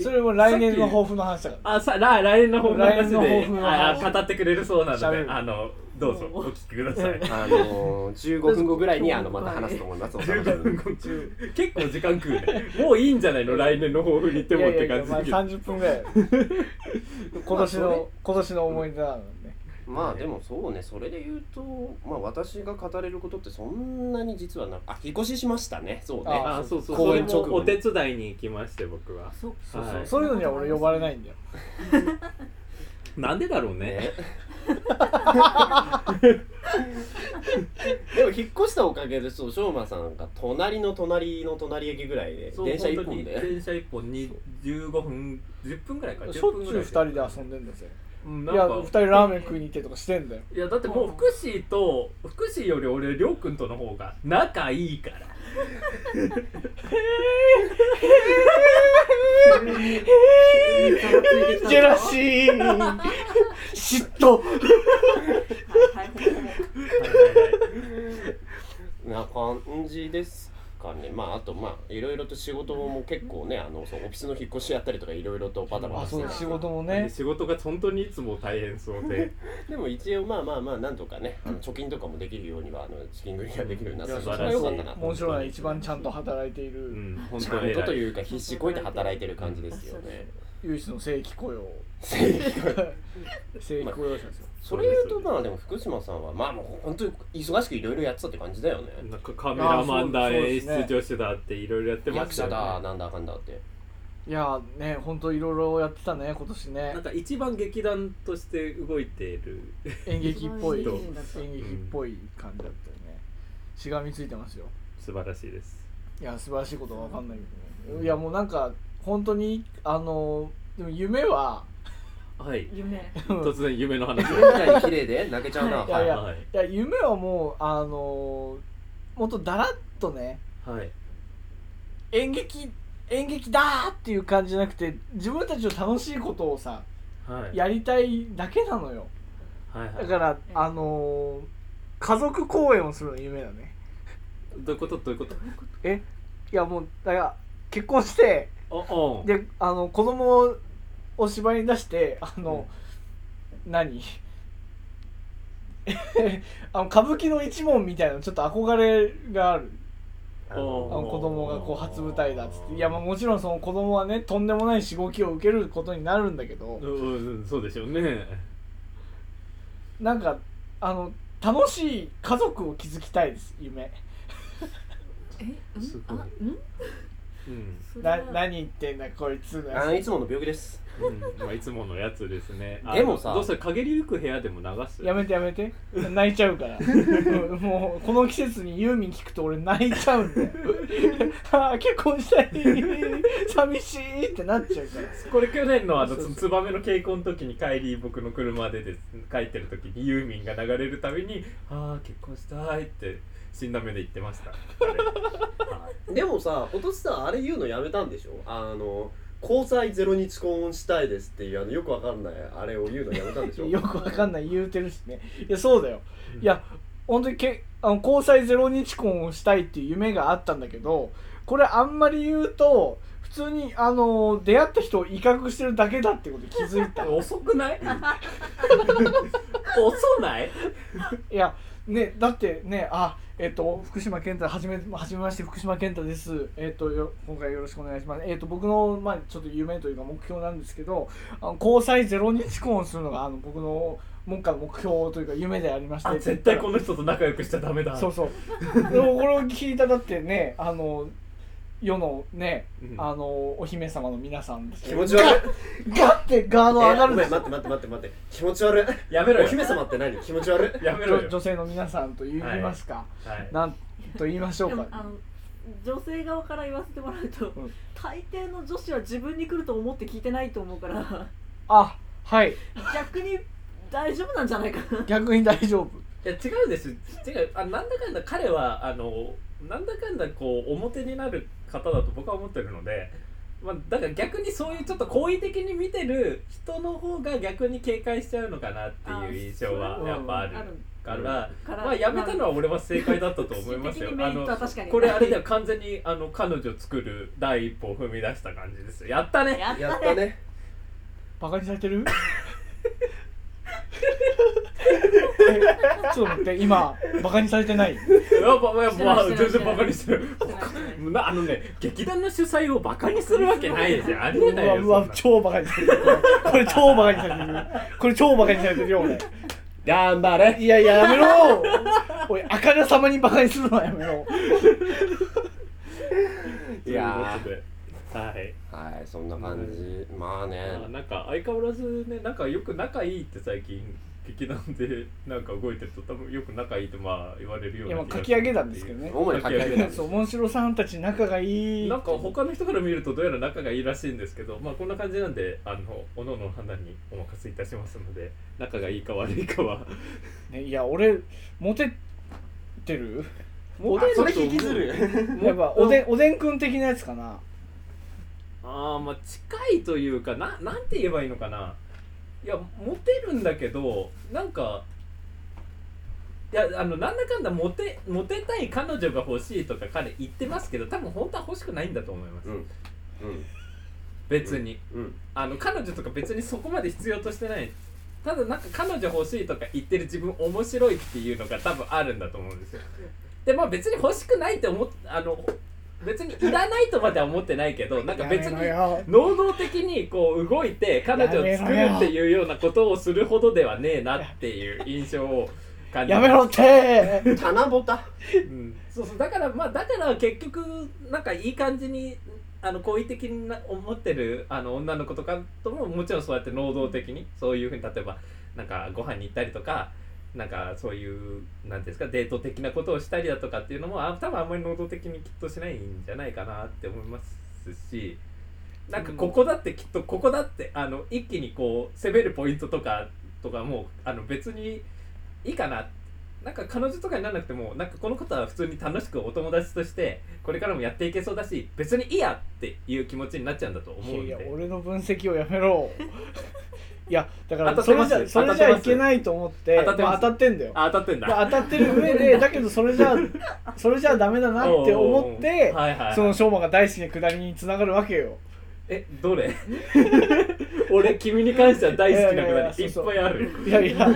Speaker 5: それも来年の抱負の話だか
Speaker 4: あさ来来年の抱負の話
Speaker 5: 来年の抱負
Speaker 4: で
Speaker 5: の
Speaker 4: あ
Speaker 5: 話
Speaker 4: あ語ってくれるそうなの
Speaker 5: 喋
Speaker 4: で
Speaker 5: る
Speaker 4: あのどうぞお聞きくださ い
Speaker 3: あの15分後ぐらいにあのまた話すと思いますお楽しみに
Speaker 4: 15分後結構時間食うねもういいんじゃ ないの来年の抱負に行って
Speaker 5: らい
Speaker 4: もっ
Speaker 5: や
Speaker 4: て
Speaker 5: いやいや
Speaker 4: 感じだけ
Speaker 5: まあ
Speaker 4: ど
Speaker 5: 30分 ぐらい今年の今年の思い出なのね
Speaker 3: まあでもそうねそれで言うとまあ私が語れることってそんなに実はなあ引っ越ししましたねそうね
Speaker 5: あ
Speaker 4: あそうそう
Speaker 3: 公
Speaker 4: それ
Speaker 3: 演直後に
Speaker 4: もお手伝いに行きまして僕は
Speaker 2: そ
Speaker 4: そうそう
Speaker 5: そういうのには俺呼ばれないんだよ
Speaker 4: なんでだろうね
Speaker 3: ねでも引っ越したおかげでそう翔馬さんが隣の隣の隣駅ぐらいで
Speaker 4: そう
Speaker 3: 電車一
Speaker 4: 本当
Speaker 3: 本
Speaker 4: に
Speaker 3: で
Speaker 4: 電車一本に15分10分ぐらいか
Speaker 5: しょっ
Speaker 4: 10分
Speaker 5: ち
Speaker 4: ぐ
Speaker 5: ゅう
Speaker 4: らい
Speaker 5: 2人で遊んでんですよ
Speaker 4: うん
Speaker 5: い
Speaker 4: な
Speaker 5: や
Speaker 4: ん
Speaker 5: 2
Speaker 4: か
Speaker 5: 人ラーメン食いに行ってとかしてんだよ
Speaker 4: いやだってもう福祉と福祉より俺りょうくんとの方が仲いいから
Speaker 5: ジェラシー嫉妬
Speaker 2: はいは
Speaker 4: はい
Speaker 2: いほぼほぼ
Speaker 4: はいはい
Speaker 3: な感じですかねまああとまあいろいろと仕事も結構ねあのそうオフィスの引っ越しやったりとかいろいろとバタバ
Speaker 5: あ
Speaker 3: タして
Speaker 5: そう
Speaker 3: た
Speaker 5: だ
Speaker 3: んですけど
Speaker 5: 仕事も
Speaker 4: で
Speaker 5: ね
Speaker 4: 仕事が本当にいつも大変そう で
Speaker 3: でも一応まあまあまあなんとかねあの貯金とかもできるようにはあの資金繰りができるようになったの
Speaker 4: いや
Speaker 3: それは良かったなと
Speaker 5: もちろん一番ちゃんと働いていうる
Speaker 4: ん本
Speaker 3: 仕
Speaker 4: 当に
Speaker 3: 事と
Speaker 4: 偉い
Speaker 3: いうか必死こいて働いてる感じですよね
Speaker 5: 唯一の正規雇用正規雇用者ですよ
Speaker 3: それ言うとまあでも福島さんはまあもう本当に忙しくいろいろやってたって感じだよね
Speaker 4: なんかカメラマン
Speaker 5: あ
Speaker 4: だ
Speaker 5: そうそうで
Speaker 4: 演
Speaker 5: すね
Speaker 4: 出助手だっていろいろやってま
Speaker 3: 役
Speaker 4: した
Speaker 3: 者
Speaker 4: よね
Speaker 3: だなんだかんだ って
Speaker 5: いやーね本当いろいろやってたね今年ね
Speaker 4: なんか一番劇団として動いている
Speaker 5: 演劇っぽい
Speaker 2: 一
Speaker 5: 演
Speaker 2: 番いい人だった
Speaker 5: 劇っぽい感じだったよねしがみついてますよ
Speaker 4: 素晴らしいです
Speaker 5: いや素晴らしいことは分かんないけどねいやもうなんか本当にあのでも夢は
Speaker 4: はい
Speaker 2: 夢
Speaker 4: 突然夢の話
Speaker 3: 夢みたいに綺麗で泣けちゃうな
Speaker 5: いやいや
Speaker 4: はい
Speaker 5: いや夢はもうあのもっとだらっとね
Speaker 4: はい
Speaker 5: 演劇演劇だーっていう感じじゃなくて自分たちの楽しいことをさ
Speaker 4: はい
Speaker 5: やりたいだけなのよ
Speaker 4: はいは
Speaker 5: だ
Speaker 4: い
Speaker 5: からあのー家族公演をするのが夢だね
Speaker 4: どういうことどういうこと
Speaker 5: えいやもうだから結婚して
Speaker 4: おお
Speaker 5: であの子供をお芝居に出してあの、何 あの歌舞伎の一門みたいなのちょっと憧れがある
Speaker 3: あ
Speaker 5: あ
Speaker 4: お
Speaker 5: の
Speaker 4: ー
Speaker 3: の
Speaker 5: 子供がこう初舞台だっつっていやまあもちろんその子供はねとんでもないしごきを受けることになるんだけど
Speaker 4: うんそうでしょうね
Speaker 5: なんかあの楽しい家族を築きたいです夢
Speaker 2: えうん
Speaker 4: すご
Speaker 2: あ
Speaker 4: い
Speaker 2: うん
Speaker 4: うん、
Speaker 2: それ
Speaker 5: な
Speaker 2: は
Speaker 5: 何言ってんだこいつ
Speaker 3: あのいつもの病気です
Speaker 4: うんまあ、いつものやつですねあ
Speaker 3: でもさ
Speaker 4: どうせ陰りゆく部屋でも流す
Speaker 5: やめてやめて泣いちゃうからうんもうこの季節にユーミン聞くと俺泣いちゃうんだよ あー結婚したい寂しいってなっちゃうから
Speaker 4: これ去年のあの
Speaker 5: そうそう
Speaker 4: ツバメの稽古の時に帰り僕の車でです帰ってる時にユーミンが流れるたびに「ああ結婚したい」って死んだ目で言ってましたあれはい
Speaker 3: でもさおとしさあれ言うのやめたんでしょあの交際ゼロ日婚したいですっていうあのよくわかんないあれを言うのやめた んでしょ
Speaker 5: よくわかんない言うてるしねいやそうだよいや本当にけあの交際ゼロ日婚をしたいっていう夢があったんだけどこれあんまり言うと普通にあの出会った人を威嚇してるだけだってことに気づ いた
Speaker 4: 遅くない遅 ない
Speaker 5: いやねだってねあえっ、と福島健太はじめはじめまして福島健太ですえっ、とよ今回よろしくお願いしますえっ、と僕のまあちょっと夢というか目標なんですけどあの交際ゼロ日婚をするのがあの僕の目下の目標というか夢でありまして
Speaker 4: あ絶対この人と仲良くしちゃダメだ
Speaker 5: そうそう。でもこれを聞いただってね、あの世のね、
Speaker 4: うん
Speaker 5: あのお姫様の皆さんです
Speaker 3: 気持ち悪い
Speaker 5: ガッガッてガード上がる
Speaker 3: えご
Speaker 5: んで
Speaker 3: めん
Speaker 5: すよ
Speaker 3: 待って待って待って待って気持ち悪い
Speaker 4: やめろ
Speaker 3: お姫
Speaker 4: よ
Speaker 3: 様って何気持ち悪い
Speaker 4: やめろ
Speaker 5: 女女
Speaker 4: よ、
Speaker 5: 性の皆さんと言いますか、
Speaker 4: はい、
Speaker 5: なんと言いましょう
Speaker 2: でもあ
Speaker 5: か。
Speaker 2: の女性側から言わせてもらうと、
Speaker 5: うん
Speaker 2: 大抵の女子は自分に来ると思って聞いてないと思うから
Speaker 5: あ、はい。
Speaker 2: 逆に大丈夫なんじゃないかな
Speaker 5: 逆に大丈夫。
Speaker 4: いや違うです違うあなんだかんだ彼はあのなんだかんだこう表になる方だと僕は思ってるので、まあ、だから逆にそういうちょっと好意的に見てる人の方が逆に警戒しちゃうのかなっていう印象は
Speaker 5: あ
Speaker 4: やっぱある
Speaker 2: ある
Speaker 4: から、
Speaker 2: から、
Speaker 4: まあやめたのは俺は正解だったと思いますよ
Speaker 2: 心的にメ
Speaker 4: あ
Speaker 2: リッ
Speaker 4: の
Speaker 2: トは確かに
Speaker 4: これあれだよ完全にあの彼女作る第一歩を踏み出した感じですよやったね
Speaker 2: やったね
Speaker 3: やったね
Speaker 5: バカにされてるちょっと待って今バカにされてない
Speaker 4: やばや
Speaker 2: してな
Speaker 4: ば
Speaker 2: いしてない
Speaker 4: 全然バカにしてる
Speaker 2: してないしてない
Speaker 4: なあのね劇団の主催をバカにするわけないですよありえ
Speaker 5: う
Speaker 4: ないよ
Speaker 5: わ
Speaker 4: そ
Speaker 5: うん
Speaker 4: な
Speaker 5: わ
Speaker 4: の
Speaker 5: 超バカにされてるこれ超バカにされてるこれ超バカにされてるよ俺
Speaker 3: 頑張れ
Speaker 5: いやいや、やめろおい、あからさまにバカにするのはやめろ。
Speaker 4: いやーはい、
Speaker 3: はいそんな感じまあね
Speaker 4: まあ、なんか相変わらずねなんかよく仲いいって最近劇団でなんか動いてると多分よく仲いいってまあ言われるよう
Speaker 5: い
Speaker 4: な
Speaker 5: や、まあ、
Speaker 4: 気が
Speaker 5: かき上げたんです けどね。
Speaker 3: 主に書き上げたんです
Speaker 5: そう、モンシロさんたち仲がいい。
Speaker 4: なんか他の人から見るとどうやら仲がいいらしいんですけどまあこんな感じなんであのおのおの判断にお任せいたしますので仲がいいか悪いかは
Speaker 5: ね、いや、俺、モテてる
Speaker 4: モテると
Speaker 3: そ
Speaker 4: 思
Speaker 3: れ
Speaker 4: う
Speaker 3: 引きずる
Speaker 5: やっぱ、おでん、おでんくん的なやつかな。
Speaker 4: ああまあ近いというかななんて言えばいいのかないやモテるんだけどなんかいやあのなんだかんだモテモテたい彼女が欲しいとか彼言ってますけど多分本当は欲しくないんだと思います、
Speaker 3: うんうん
Speaker 4: 別に
Speaker 3: うん
Speaker 4: あの彼女とか別にそこまで必要としてないただなんか彼女欲しいとか言ってる自分面白いっていうのが多分あるんだと思うんですよでまあ別に欲しくないって思っあの別にいらないとまでは思ってないけどなんか別に
Speaker 5: やめろよ
Speaker 4: 能動的にこう動いて彼女を作るっていうようなことをするほどではねえなっていう印象を感じ
Speaker 5: やめろって
Speaker 3: 棚ぼた
Speaker 4: うんそうそうだからまあだから結局なんかいい感じにあの好意的にな思ってるあの女の子とかとももちろんそうやって能動的にそういうふうに例えばなんかご飯に行ったりとかなんかそういうなんていうんですかデート的なことをしたりだとかっていうのもあ多分あんまり能動的にきっとしないんじゃないかなって思いますしなんかここだってきっとここだってあの一気にこう攻めるポイントとかとかもうあの別にいいかななんか彼女とかにならなくてもなんかこのことは普通に楽しくお友達としてこれからもやっていけそうだし別にいいやっていう気持ちになっちゃうんだと思うん
Speaker 5: い
Speaker 4: で
Speaker 5: やいや俺の分析をやめろいやだか
Speaker 4: 当
Speaker 5: ら
Speaker 4: たっ
Speaker 5: そ
Speaker 4: てま
Speaker 5: れ
Speaker 4: す
Speaker 5: じゃそれじゃ
Speaker 4: 当たってま
Speaker 5: い
Speaker 4: す
Speaker 5: けないと思って
Speaker 4: 当たってます
Speaker 5: まあ当たってんだよ
Speaker 4: あ当たってんだ
Speaker 5: 当たってる上でだけどそれじゃそれじゃダメだなって思っ
Speaker 4: おうおうおう
Speaker 5: て
Speaker 4: はいはいはい、
Speaker 5: そのしょうまが大好きなくだりに繋がるわけよ
Speaker 4: えどれ 俺君に関しては大好きない
Speaker 5: やい
Speaker 4: く
Speaker 5: やい
Speaker 4: だ
Speaker 5: や
Speaker 4: りいっ
Speaker 5: そうそ
Speaker 4: ぱ
Speaker 5: う
Speaker 4: いある
Speaker 5: いや いや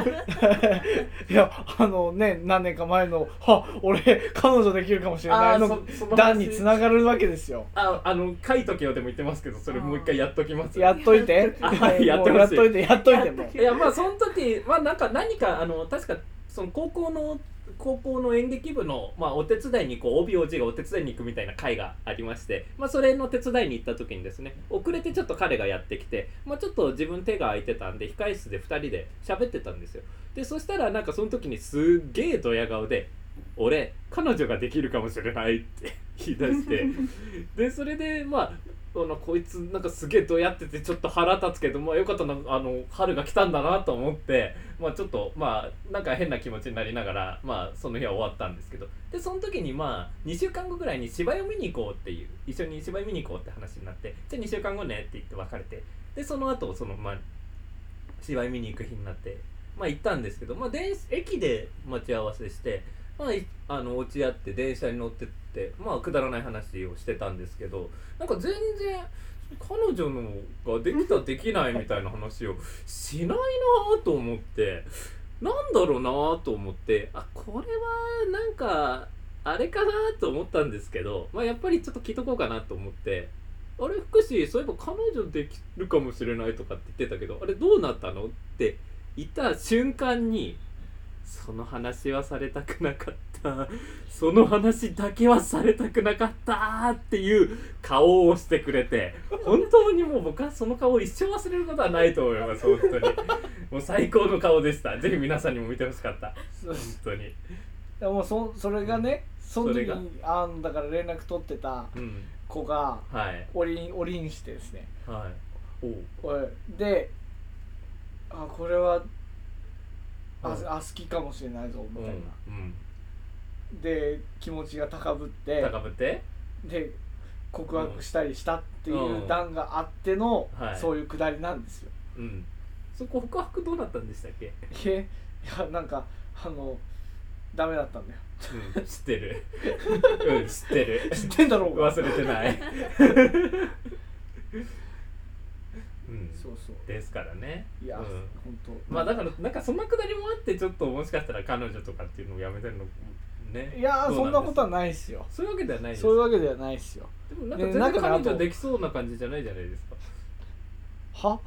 Speaker 5: いやあのね何年か前の「は俺彼女できるかもしれない」
Speaker 4: あ
Speaker 5: の
Speaker 4: ーそその話
Speaker 5: 段に繋がるわけですよ
Speaker 4: ああの書いとけよでも言ってますけどそれもう一回やっときます
Speaker 5: やっといて
Speaker 4: あ はいやっ
Speaker 5: も
Speaker 4: て
Speaker 5: うや
Speaker 4: ほ
Speaker 5: っ
Speaker 4: しい
Speaker 5: といてやっといてもう
Speaker 4: いやまあその時まあなんか何かあの確かその高校の高校の演劇部の、まあ、お手伝いにこう OBOG がお手伝いに行くみたいな会がありまして、まあ、それの手伝いに行った時にですね遅れてちょっと彼がやってきて、まあ、ちょっと自分手が空いてたんで控室で2人で喋ってたんですよでそしたらなんかその時にすっげえドヤ顔で「俺彼女ができるかもしれない」って言い出してでそれでまああのこいつなんかすげえどうやっててちょっと腹立つけどまあよかったなあの春が来たんだなと思ってまあちょっとまあなんか変な気持ちになりながらまあその日は終わったんですけどでその時にまあ2週間後ぐらいに芝居を見に行こうっていう一緒に芝居見に行こうって話になってじゃあ2週間後ねって言って別れてでその後そのまあ芝居見に行く日になってまあ行ったんですけどまあ電駅で待ち合わせしてまあいあの落ち合って電車に乗ってってまあくだらない話をしてたんですけどなんか全然彼女のができたできないみたいな話をしないなぁと思ってなんだろうなぁと思ってあこれはなんかあれかなと思ったんですけど、まあ、やっぱりちょっと聞いとこうかなと思ってあれ福士そういえば彼女できるかもしれないとかって言ってたけどあれどうなったのって言った瞬間にその話はされたくなかったその話だけはされたくなかったっていう顔をしてくれて本当にもう僕はその顔を一生忘れることはないと思います本当にもう最高の顔でしたぜひ皆さんにも見てほしかった本当に
Speaker 5: でもそそれがねその時
Speaker 4: それ
Speaker 5: にあのだから連絡取ってた
Speaker 4: うん
Speaker 5: 子が
Speaker 4: はい
Speaker 5: 折り折りにしてですね
Speaker 4: はいおう
Speaker 5: おいであこれはあ,、
Speaker 4: はい
Speaker 5: あ好きかもしれないぞ
Speaker 4: うん
Speaker 5: みた
Speaker 4: う
Speaker 5: いな、
Speaker 4: ん
Speaker 5: で気持ちが高ぶって
Speaker 4: 高ぶって
Speaker 5: で告白したりしたっていう段があっての、
Speaker 4: うんはい
Speaker 5: そういうくだりなんですよ。
Speaker 4: うんそこ告白どうなったんでしたっけ、
Speaker 5: いえ いやなんかあのダメだったんだよ。
Speaker 4: うん、知ってる うん 知ってる
Speaker 5: 知ってんだろ うが
Speaker 4: 忘れてないうん
Speaker 5: そうそう
Speaker 4: ですからね
Speaker 5: いや、
Speaker 4: う
Speaker 5: 本
Speaker 4: ん
Speaker 5: 当
Speaker 4: まあだからなんかそんなくだりもあってちょっともしかしたら彼女とかっていうのをやめてるのね
Speaker 5: いやー
Speaker 4: ど
Speaker 5: そ
Speaker 4: うんな
Speaker 5: な
Speaker 4: で
Speaker 5: ん
Speaker 4: す
Speaker 5: ことはないですよ。
Speaker 4: そういうわけではないです
Speaker 5: そういうわけではないですよ。
Speaker 4: でもなん
Speaker 5: ね
Speaker 4: か
Speaker 5: なん
Speaker 4: 全然
Speaker 5: かね
Speaker 4: 彼
Speaker 5: あ
Speaker 4: 女
Speaker 5: と
Speaker 4: できそうな感じじゃないじゃないですか
Speaker 5: は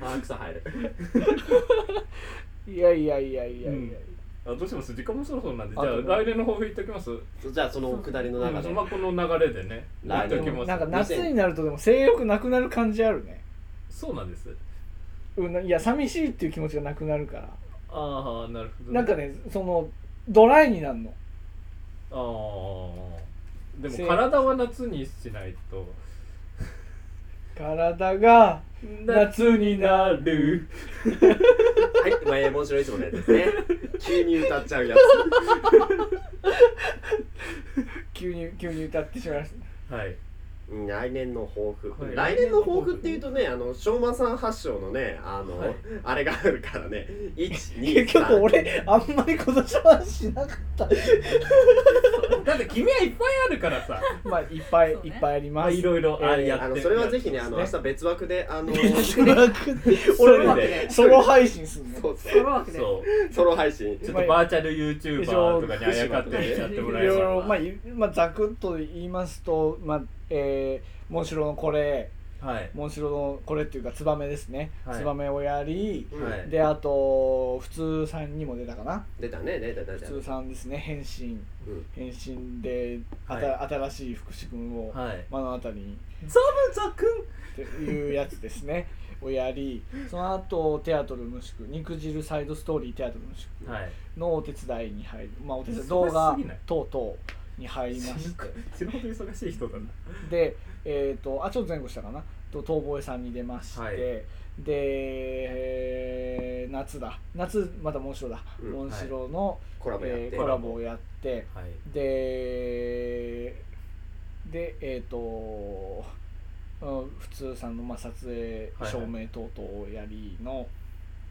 Speaker 6: マークさん入る
Speaker 5: いやいやいやいやいや、
Speaker 4: うんあどうします時間もそろそろなんでじ
Speaker 5: あ
Speaker 4: ゃあ
Speaker 5: とね
Speaker 4: 来年の抱負言っときます
Speaker 3: じゃあその下りの中で
Speaker 4: まあこの流れでね言
Speaker 3: 来
Speaker 4: っと
Speaker 3: 年
Speaker 4: き
Speaker 5: でも
Speaker 4: ます
Speaker 5: なんか夏になるとでも性欲なくなる感じあるね。
Speaker 4: そうなんです
Speaker 5: うんないや寂しいっていう気持ちがなくなるから
Speaker 4: ああなるほど
Speaker 5: なんかねそのドライになるの。
Speaker 4: ああで
Speaker 5: せ
Speaker 4: も体は夏にしないと
Speaker 5: 体が夏になる。
Speaker 3: はいまあえー面白い質問のやつですね急に歌っちゃうや
Speaker 5: 急に急に歌ってしまいまし
Speaker 4: はい
Speaker 3: うん来年の抱負、
Speaker 4: はい
Speaker 3: 来年の抱負っていうとねあの昌磨さん発祥のねあの、
Speaker 4: はい
Speaker 3: あれがあるからね
Speaker 5: 結局
Speaker 3: 123
Speaker 5: 俺あんまり今年はしなかった
Speaker 4: だって君はいっぱいあるからさ
Speaker 5: まあいっぱい、
Speaker 2: そう
Speaker 5: い
Speaker 2: ね
Speaker 5: っぱいあり
Speaker 4: ま
Speaker 5: ま
Speaker 4: あ
Speaker 5: す
Speaker 4: いろいろあれやって
Speaker 3: あのそれはぜひね
Speaker 4: やっ
Speaker 3: あ
Speaker 4: て
Speaker 3: の
Speaker 4: ま
Speaker 3: 明
Speaker 4: す
Speaker 3: 日別枠で あの
Speaker 5: 別枠で俺
Speaker 3: ソロ
Speaker 5: ら
Speaker 3: で
Speaker 5: ソロ配信すんの
Speaker 3: そう
Speaker 2: そのわけで
Speaker 4: そ
Speaker 3: ソロ配信
Speaker 4: うちょっとバーチャル YouTuber とかにあやかってやってもら
Speaker 5: い
Speaker 4: え
Speaker 5: ろい
Speaker 4: ば
Speaker 5: ろ、まあ、いまあざくっと言いますと、まあえー、モンシロのこれ
Speaker 4: はい
Speaker 5: モンシロのこれっていうかツバメですね、
Speaker 4: はい
Speaker 5: ツバメをやり
Speaker 3: うん
Speaker 4: はい
Speaker 5: であと普通さんにも出たかな
Speaker 3: 出たね出た出
Speaker 5: 普
Speaker 3: た
Speaker 5: 通さんですね変身
Speaker 3: うん
Speaker 5: 変身で、あ
Speaker 4: はい
Speaker 5: た新しい福士君を
Speaker 4: はい
Speaker 5: 目の当たりに
Speaker 4: ザブザくん
Speaker 5: っていうやつですねをやりその後テアトル無宿肉汁サイドストーリーテアトル無宿
Speaker 4: はい
Speaker 5: のお手伝いに入る、まあ、お手伝い
Speaker 4: 忙しすぎ
Speaker 5: 動画
Speaker 4: ない
Speaker 5: 等々に入りま
Speaker 4: 死
Speaker 5: し
Speaker 4: ぬ
Speaker 5: て
Speaker 4: 死ぬほど忙しい人だな
Speaker 5: でえっ、とあちょっと前後したかなと遠吠えさんに出まして、
Speaker 4: はい
Speaker 5: で、えー夏だ夏またモンシロだ、
Speaker 3: うん
Speaker 5: モンシロの、
Speaker 3: コラボやっ
Speaker 5: え
Speaker 3: て
Speaker 5: ーコラボをやって
Speaker 4: はい
Speaker 5: ででえっ、とうん普通さんのまあ撮影
Speaker 4: はい
Speaker 5: 照明等々をやりの、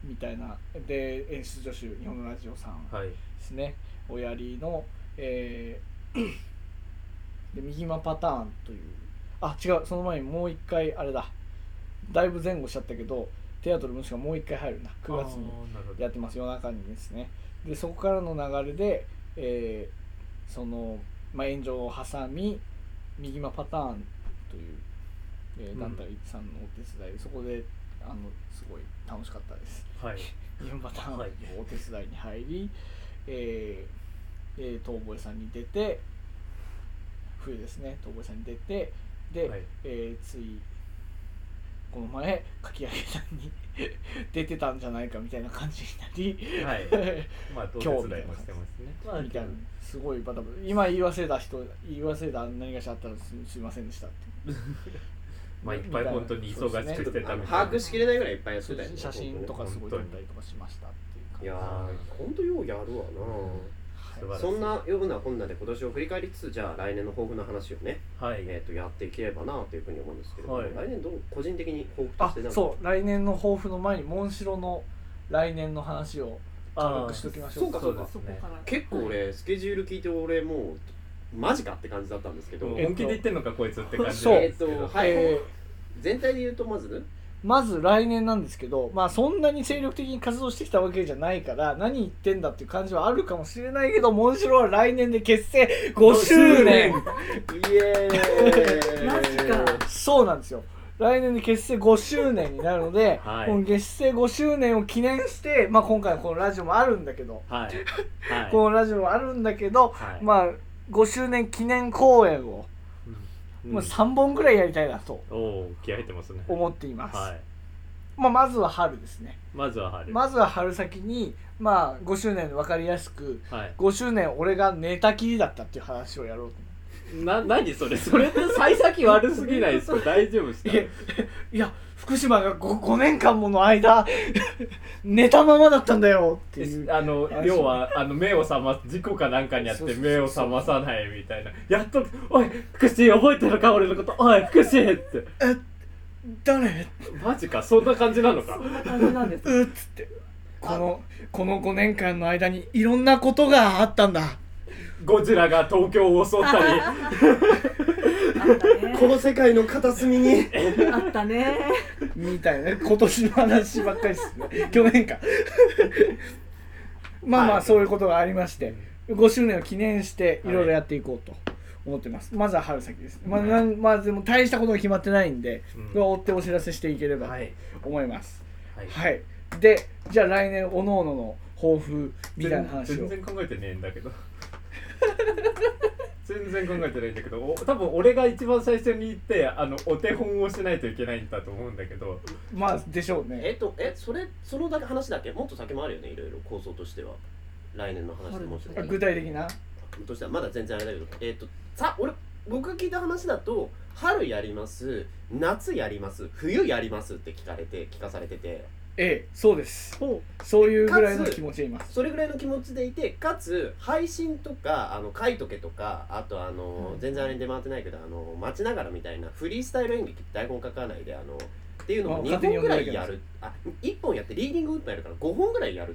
Speaker 5: みたいなで演出助手日本のラジオさん
Speaker 4: はい
Speaker 5: ですね、おやりの、えー で右間パターンというあ違うその前にもう一回あれだだいぶ前後しちゃったけどテアトルもしかもう一回入るな9月に
Speaker 4: あーなるほど
Speaker 5: やってます夜中にですねでそこからの流れで、えーその、まあ、炎上を挟み右間パターンという、えー
Speaker 4: うん
Speaker 5: 団体さんのお手伝い、そこであのすごい楽しかったです
Speaker 4: はい
Speaker 5: 右間パターンの
Speaker 4: はい
Speaker 5: お手伝いに入り、えーえー遠吠えさんに出て冬ですね遠吠えさんに出てで、
Speaker 4: はい
Speaker 5: えーついこの前かき揚げさんに 出てたんじゃないかみたいな感じになり
Speaker 4: はいまあお手伝いもしてますねまあ
Speaker 5: みたいなすごいバタバタ今言い忘れた人言い忘れた何がしあったらすすいませんでしたって
Speaker 4: まあいっぱい本当に忙しくして
Speaker 3: あ
Speaker 4: た
Speaker 3: の
Speaker 4: みたい
Speaker 3: 把
Speaker 4: な
Speaker 3: 握しきれないぐらいいっぱいやってたよね
Speaker 5: 写真とかすごい撮ったりとかしましたっていう感
Speaker 3: い
Speaker 5: じ
Speaker 3: やー
Speaker 4: あ
Speaker 3: ほんとようやるわ
Speaker 5: はい
Speaker 4: 素晴
Speaker 3: な
Speaker 4: らしい
Speaker 3: そんなようなこんなで今年を振り返りつつじゃあ来年の抱負の話をね、
Speaker 4: はい
Speaker 3: えー、とやっていければなというふうに思うんですけれども、
Speaker 4: はい
Speaker 3: 来年どう個人的に抱負とし
Speaker 5: あ
Speaker 3: てなんか
Speaker 5: そう来年の抱負の前にモンシロの来年の話を軽くしときましょ
Speaker 3: そ
Speaker 5: う
Speaker 3: うかそうか
Speaker 2: そこから
Speaker 3: 結構俺、スケジュール聞いて俺もうマジかって感じだったんですけど、
Speaker 4: もう
Speaker 5: え
Speaker 4: 本気で言ってんのかこいつって感じ
Speaker 5: そう
Speaker 4: ですけ
Speaker 3: え
Speaker 4: ど
Speaker 3: っとはい
Speaker 5: えー
Speaker 3: 全体で言うとまず
Speaker 5: まず来年なんですけど、まあ、そんなに精力的に活動してきたわけじゃないから何言ってんだっていう感じはあるかもしれないけどモンシロは来年で結成5周年
Speaker 3: イエ ーイ
Speaker 2: マジか
Speaker 5: そうなんですよ来年で結成5周年になるので、
Speaker 4: はい
Speaker 5: この結成5周年を記念して、まあ、今回のこのラジオもあるんだけど、
Speaker 4: はいはい
Speaker 5: このラジオもあるんだけど、
Speaker 4: はい
Speaker 5: まあ5周年記念公演を、
Speaker 4: うん
Speaker 5: まあ、3本ぐらいやりたいなと
Speaker 4: おお気合入ってますね
Speaker 5: 思っています、
Speaker 4: はい
Speaker 5: まあ、まずは春ですね
Speaker 4: まずは春
Speaker 5: まずは春先に、まあ、5周年で分かりやすく
Speaker 4: はい
Speaker 5: 5周年俺が寝たきりだったっていう話をやろうと
Speaker 4: な何それ それって幸先悪すぎないですか大丈夫ですか
Speaker 5: 思っていや福島が 5, 5年間もの間 寝たままだったんだよっていう
Speaker 4: あの
Speaker 5: あ
Speaker 4: 要はあの目を覚ます事故かなんかにあっ
Speaker 5: そう
Speaker 4: て
Speaker 5: そう
Speaker 4: 目を覚まさないみたいなやっと「おい福士覚えてるか俺のことおい福士!」って
Speaker 5: 誰
Speaker 4: マジかそんな感じなのか
Speaker 2: そんな感じなんです
Speaker 5: うっつってこのこの5年間の間にいろんなことがあったんだ
Speaker 4: ゴジラが東京を襲 ったり
Speaker 2: あったね
Speaker 3: この世界の片隅に
Speaker 2: あったね
Speaker 5: みたいな今年の話ばっかりですね去年か まあまあそういうことがありまして5周年を記念していろいろやっていこうと思ってます、まずは春先です、まあなんまあでも大したことが決まってないんで、
Speaker 4: うん
Speaker 5: これは追ってお知らせしていければ
Speaker 4: はい
Speaker 5: と思います
Speaker 4: はい
Speaker 5: はい、でじゃあ来年おのおのの抱負みたいな話
Speaker 4: 全
Speaker 5: を
Speaker 4: 然考えてねえんだけど 全然考えてないんだけどお多分俺が一番最初に言ってあのお手本をしないといけないんだと思うんだけど
Speaker 5: まあでしょう
Speaker 3: え
Speaker 5: ね
Speaker 3: っとえそれそのだけ話だけもっと先もあるよねいろいろ構想としては来年の話でもちろ
Speaker 2: え
Speaker 3: ん
Speaker 5: 具体的な
Speaker 3: としてはまだ全然あれだけどえっ、とさ俺僕が聞いた話だと春やります夏やります冬やりますって聞かれて聞かされてて
Speaker 5: ええそうです
Speaker 7: ほ
Speaker 5: そういうぐらいの気持ちでいます
Speaker 3: それぐらいの気持ちでいてかつ配信とかあの書いとけとかあとあの、
Speaker 2: うん
Speaker 3: 全然あれに出回ってないけどあの待ちながらみたいなフリースタイル演劇って台本書かないであのっていうの
Speaker 5: あ
Speaker 3: も2
Speaker 5: 勝手に
Speaker 3: 本ぐ
Speaker 5: 読んだ
Speaker 3: ら
Speaker 5: だけ
Speaker 3: いやるあ1本やってリーディング打ったやるから5本ぐらいや
Speaker 4: っ
Speaker 3: る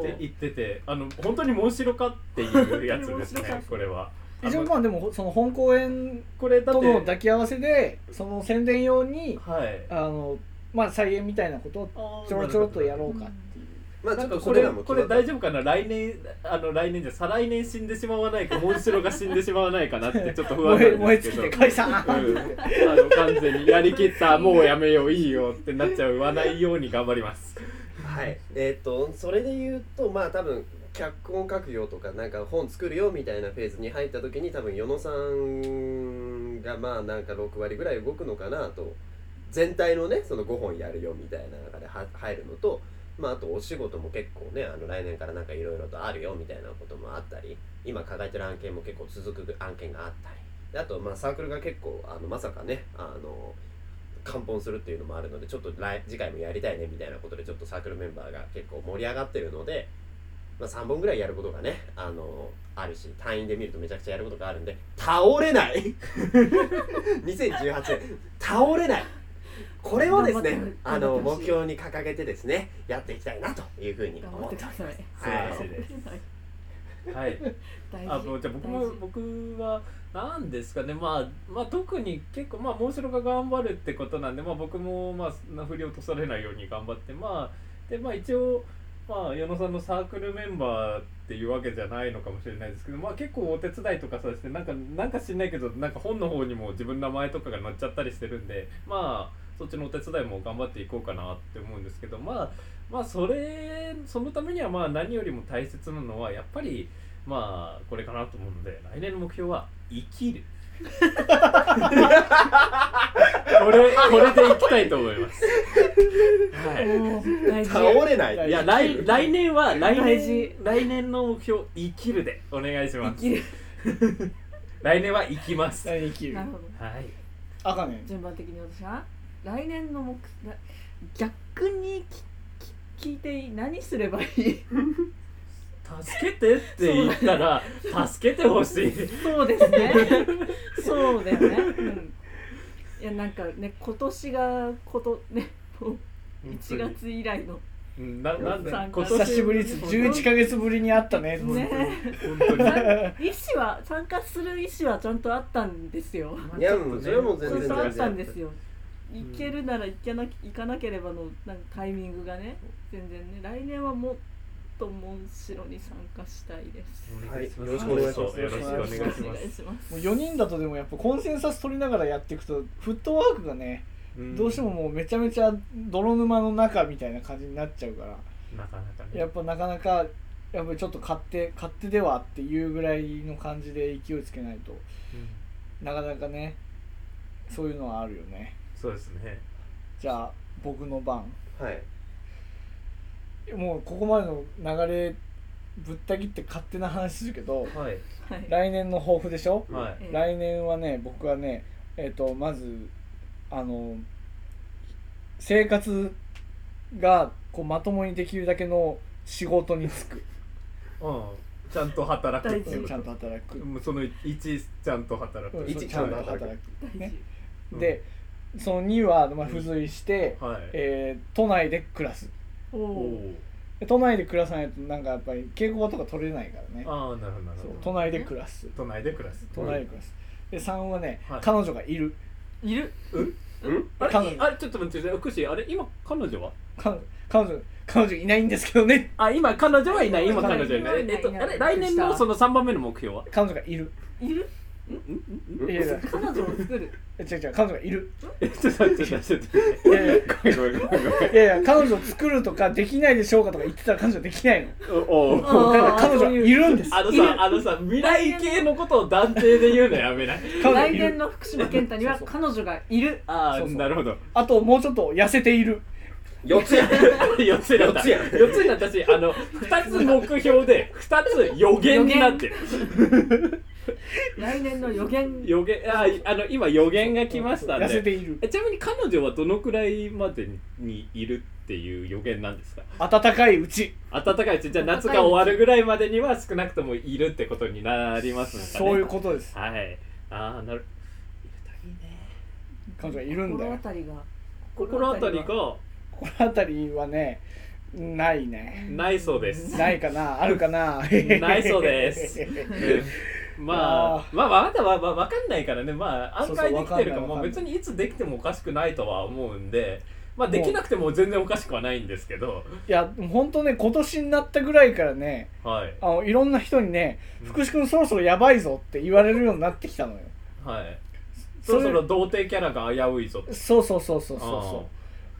Speaker 4: て言っててあの本当にモンシロかっていうやつです
Speaker 2: 本当にモンシロ
Speaker 4: ね
Speaker 2: か
Speaker 4: これはあ
Speaker 5: 一
Speaker 4: の
Speaker 5: 応まあでもその本公演
Speaker 4: これだっ
Speaker 5: との
Speaker 4: て
Speaker 5: 抱き合わせでその宣伝用に
Speaker 4: はい
Speaker 5: あのまあ再現みたいなことをちょろちょろっとやろうかっていう
Speaker 3: まあち
Speaker 4: な
Speaker 3: ょっ
Speaker 4: んか
Speaker 3: と
Speaker 4: こ
Speaker 3: それ
Speaker 4: れ
Speaker 3: らも
Speaker 4: これ大
Speaker 3: 丈
Speaker 4: 丈夫かな来年あの来年じゃ再来年死んでしまわないかモンシロが死んでしまわないかなってちょっと不安
Speaker 5: 燃え
Speaker 4: なん
Speaker 5: 燃え
Speaker 4: です
Speaker 5: 尽
Speaker 4: けど
Speaker 5: きて解 散
Speaker 4: うん、あの完全にやりきったもうやめよういいよってなっちゃうわないように頑張ります
Speaker 3: はいえっ、とそれで言うとまあ多分脚本書くよとかなんか本作るよみたいなフェーズに入った時に多分与野さんがまあなんか6割ぐらい動くのかなと全体のねその5本やるよみたいな中では入るのと、まあ、あとお仕事も結構ねあの来年からなんかいろいろとあるよみたいなこともあったり今抱えてる案件も結構続く案件があったりであとまあサークルが結構あのまさかねあの完本するっていうのもあるのでちょっと来次回もやりたいねみたいなことでちょっとサークルメンバーが結構盛り上がってるので、まあ、3本ぐらいやることがねあのあるし単位で見るとめちゃくちゃやることがあるんで倒れない 2018年倒れないこれをですね
Speaker 2: 頑張って
Speaker 3: あの
Speaker 2: 頑張ってほしい
Speaker 3: 目標に掲げてですねやっていきたいなというふうに
Speaker 2: 頑張
Speaker 3: 思
Speaker 2: っ
Speaker 3: ってて
Speaker 2: く
Speaker 3: ます
Speaker 2: ださい。
Speaker 4: 素晴らしいです
Speaker 2: はい
Speaker 4: はい
Speaker 2: 大
Speaker 4: あ
Speaker 2: 事
Speaker 4: もうじゃあ僕も
Speaker 2: 大事
Speaker 4: 僕は何ですかねまあまあ特に結構まあモンシロが頑張るってことなんでまあ僕もまあそんな振り落とされないように頑張ってまあでまあ一応まあ矢野さんのサークルメンバーっていうわけじゃないのかもしれないですけどまあ結構お手伝いとかさしてなんかなんか知んないけどなんか本の方にも自分の名前とかが載っちゃったりしてるんでまあそっちのお手伝いも頑張っていこうかなって思うんですけどまあまあそれそのためにはまあ何よりも大切なのはやっぱりまあこれかなと思うので来年の目標は生きるこれこれでいきたいと思いますはい
Speaker 2: おー大事
Speaker 3: 倒れない
Speaker 4: いや
Speaker 3: 生き
Speaker 4: 来
Speaker 3: る
Speaker 4: 来年は来
Speaker 2: 大
Speaker 4: 年
Speaker 2: 事
Speaker 4: 来年の目標生きるでお願いし
Speaker 2: 生
Speaker 4: ます
Speaker 2: きる。
Speaker 4: 来年は生きますは
Speaker 5: 何生きる
Speaker 2: なるほど。
Speaker 4: い
Speaker 5: あかね
Speaker 2: 順番的に私は来年の目ら逆にきき聞いていい何すればいい
Speaker 4: 助けてって言ったら助けてほ しい
Speaker 2: そうですねそうだよね、うん、いやなんかね今年がことねもう1月以来の
Speaker 4: うんななんで
Speaker 2: 参加
Speaker 4: 今年
Speaker 5: 久しぶりです11か月ぶりに会ったね
Speaker 2: ね
Speaker 4: 本当に
Speaker 2: 意思は参加する意思はちゃんとあったんですよ
Speaker 3: いやもうそれはもう
Speaker 2: ち
Speaker 3: 全
Speaker 2: ゃん
Speaker 3: 然全
Speaker 2: とあっ
Speaker 3: 然
Speaker 2: たんですよ行けるなら行けな行かなければのなんかタイミングがね全然ね来年はもっとモンシロに参加したいです
Speaker 3: はいよ
Speaker 4: よ
Speaker 3: ろ
Speaker 4: ろ
Speaker 3: し
Speaker 4: し
Speaker 3: く
Speaker 4: く
Speaker 3: お
Speaker 4: お願
Speaker 3: 願い
Speaker 4: い
Speaker 3: し
Speaker 4: し
Speaker 3: ま
Speaker 4: ますすよろしくお願いし
Speaker 2: お
Speaker 4: ま
Speaker 2: 願い
Speaker 4: す
Speaker 2: します
Speaker 5: もう4人だとでもやっぱコンセンサス取りながらやっていくとフットワークがね、どうしてももうめちゃめちゃ泥沼の中みたいな感じになっちゃうから
Speaker 4: なかなかね
Speaker 5: やっぱなかなかやっぱりちょっと勝手勝手ではっていうぐらいの感じで勢いつけないと
Speaker 4: うん
Speaker 5: なかなかねそういうのはあるよね
Speaker 4: そうですね
Speaker 5: じゃあ僕の番
Speaker 3: はい
Speaker 5: もうここまでの流れぶった切って勝手な話するけど
Speaker 4: はい
Speaker 2: はい
Speaker 5: 来年の抱負でしょ
Speaker 4: はい
Speaker 2: ええ
Speaker 5: 来年はね僕はねえっ、とまずあの生活がこうまともにできるだけの仕事に就く
Speaker 4: うんちゃんと働くっていうこ
Speaker 5: ちゃんと働く
Speaker 4: ともうその1ちゃんと働く、
Speaker 5: うん
Speaker 3: 一
Speaker 5: そう
Speaker 3: ちゃんと働く
Speaker 2: 大事、
Speaker 5: ね
Speaker 4: うん
Speaker 5: でその2は、まあ、付随して、
Speaker 4: はい
Speaker 5: えー都内で暮らす
Speaker 2: お
Speaker 4: お
Speaker 2: お
Speaker 4: お
Speaker 5: で都内で暮らさないとなんかやっぱり稽古場とか取れないからね
Speaker 4: ああなるほどなる
Speaker 5: そ
Speaker 4: ほ
Speaker 5: う
Speaker 4: ど
Speaker 5: 都内で暮らす
Speaker 4: 都内で暮らす
Speaker 5: 都内で暮らすで3はね、
Speaker 4: はい
Speaker 5: 彼女がいる
Speaker 2: いる
Speaker 4: あれ
Speaker 5: 彼女
Speaker 4: あれちょっと待ってください福祉あれ今彼女は
Speaker 5: 彼彼女彼女いないんですけどね
Speaker 4: あ今彼女はいない今彼女はいな
Speaker 2: はいい
Speaker 4: えっと
Speaker 2: いない
Speaker 4: あれ来年のその3番目の目標は
Speaker 5: 彼女がいる
Speaker 2: いる
Speaker 5: いやいや
Speaker 2: 彼女を作る
Speaker 5: 違う違う彼女が いる
Speaker 4: えちょっと待ってちょっと待って
Speaker 5: いやいや
Speaker 4: ごめんごめんごめんごめん
Speaker 5: いやいや彼女作るとかできないでしょうかとか言ってたら彼女できないの
Speaker 4: おお
Speaker 5: だから 彼女はいるんです
Speaker 4: あのさあのさ未来系のことを断定で言うのやめない
Speaker 5: 彼女
Speaker 2: 来
Speaker 5: いる
Speaker 2: 年の福島健太には
Speaker 5: そう
Speaker 2: 彼女がいる
Speaker 4: あ
Speaker 5: そう
Speaker 4: あ
Speaker 5: そう
Speaker 4: なるほど
Speaker 5: あともうちょっと痩せている
Speaker 3: 4つや
Speaker 4: 4つになった
Speaker 3: 四つやん
Speaker 4: 4つになったしあの2つ目標で2つ予言になってる
Speaker 2: 来年の予言
Speaker 4: 予言ああの今予言が来ました
Speaker 5: 痩せ
Speaker 4: ね
Speaker 5: ている
Speaker 4: えちなみに彼女はどのくらいまでにいるっていう予言なんですか
Speaker 5: 暖かいうち
Speaker 4: 暖かいうちじゃあ夏が終わるぐらいまでには少なくともいるってことになりますのかね
Speaker 5: そういうことです
Speaker 4: はいああなる
Speaker 5: 彼女がいるんだ
Speaker 2: 心
Speaker 5: よ
Speaker 2: 当たりが
Speaker 4: 心当たり
Speaker 2: は
Speaker 4: が
Speaker 5: この辺りはねないね
Speaker 4: ないそうです
Speaker 5: ないかなあるかな
Speaker 4: ないそうです、うんまあ
Speaker 5: あ
Speaker 4: まあまああなたはまあわかんないからねまあ
Speaker 5: そ
Speaker 4: 案
Speaker 5: うそ
Speaker 4: 外
Speaker 5: う
Speaker 4: できてるか
Speaker 5: わかんないわかん
Speaker 4: も
Speaker 5: ない
Speaker 4: 別にいつできてもおかしくないとは思うんでまあできなくても全然おかしくはないんですけど
Speaker 5: いや本当ね今年になったぐらいからね
Speaker 4: はい
Speaker 5: あのいろんな人にね
Speaker 4: う
Speaker 5: 「
Speaker 4: ん
Speaker 5: 福士君そろそろやばいぞ」って言われるようになってきたのよ
Speaker 4: はいそ
Speaker 5: そ
Speaker 4: ろ
Speaker 5: れ
Speaker 4: そろ童貞キャラが危うい ぞ
Speaker 5: そうそうそうそうそうそ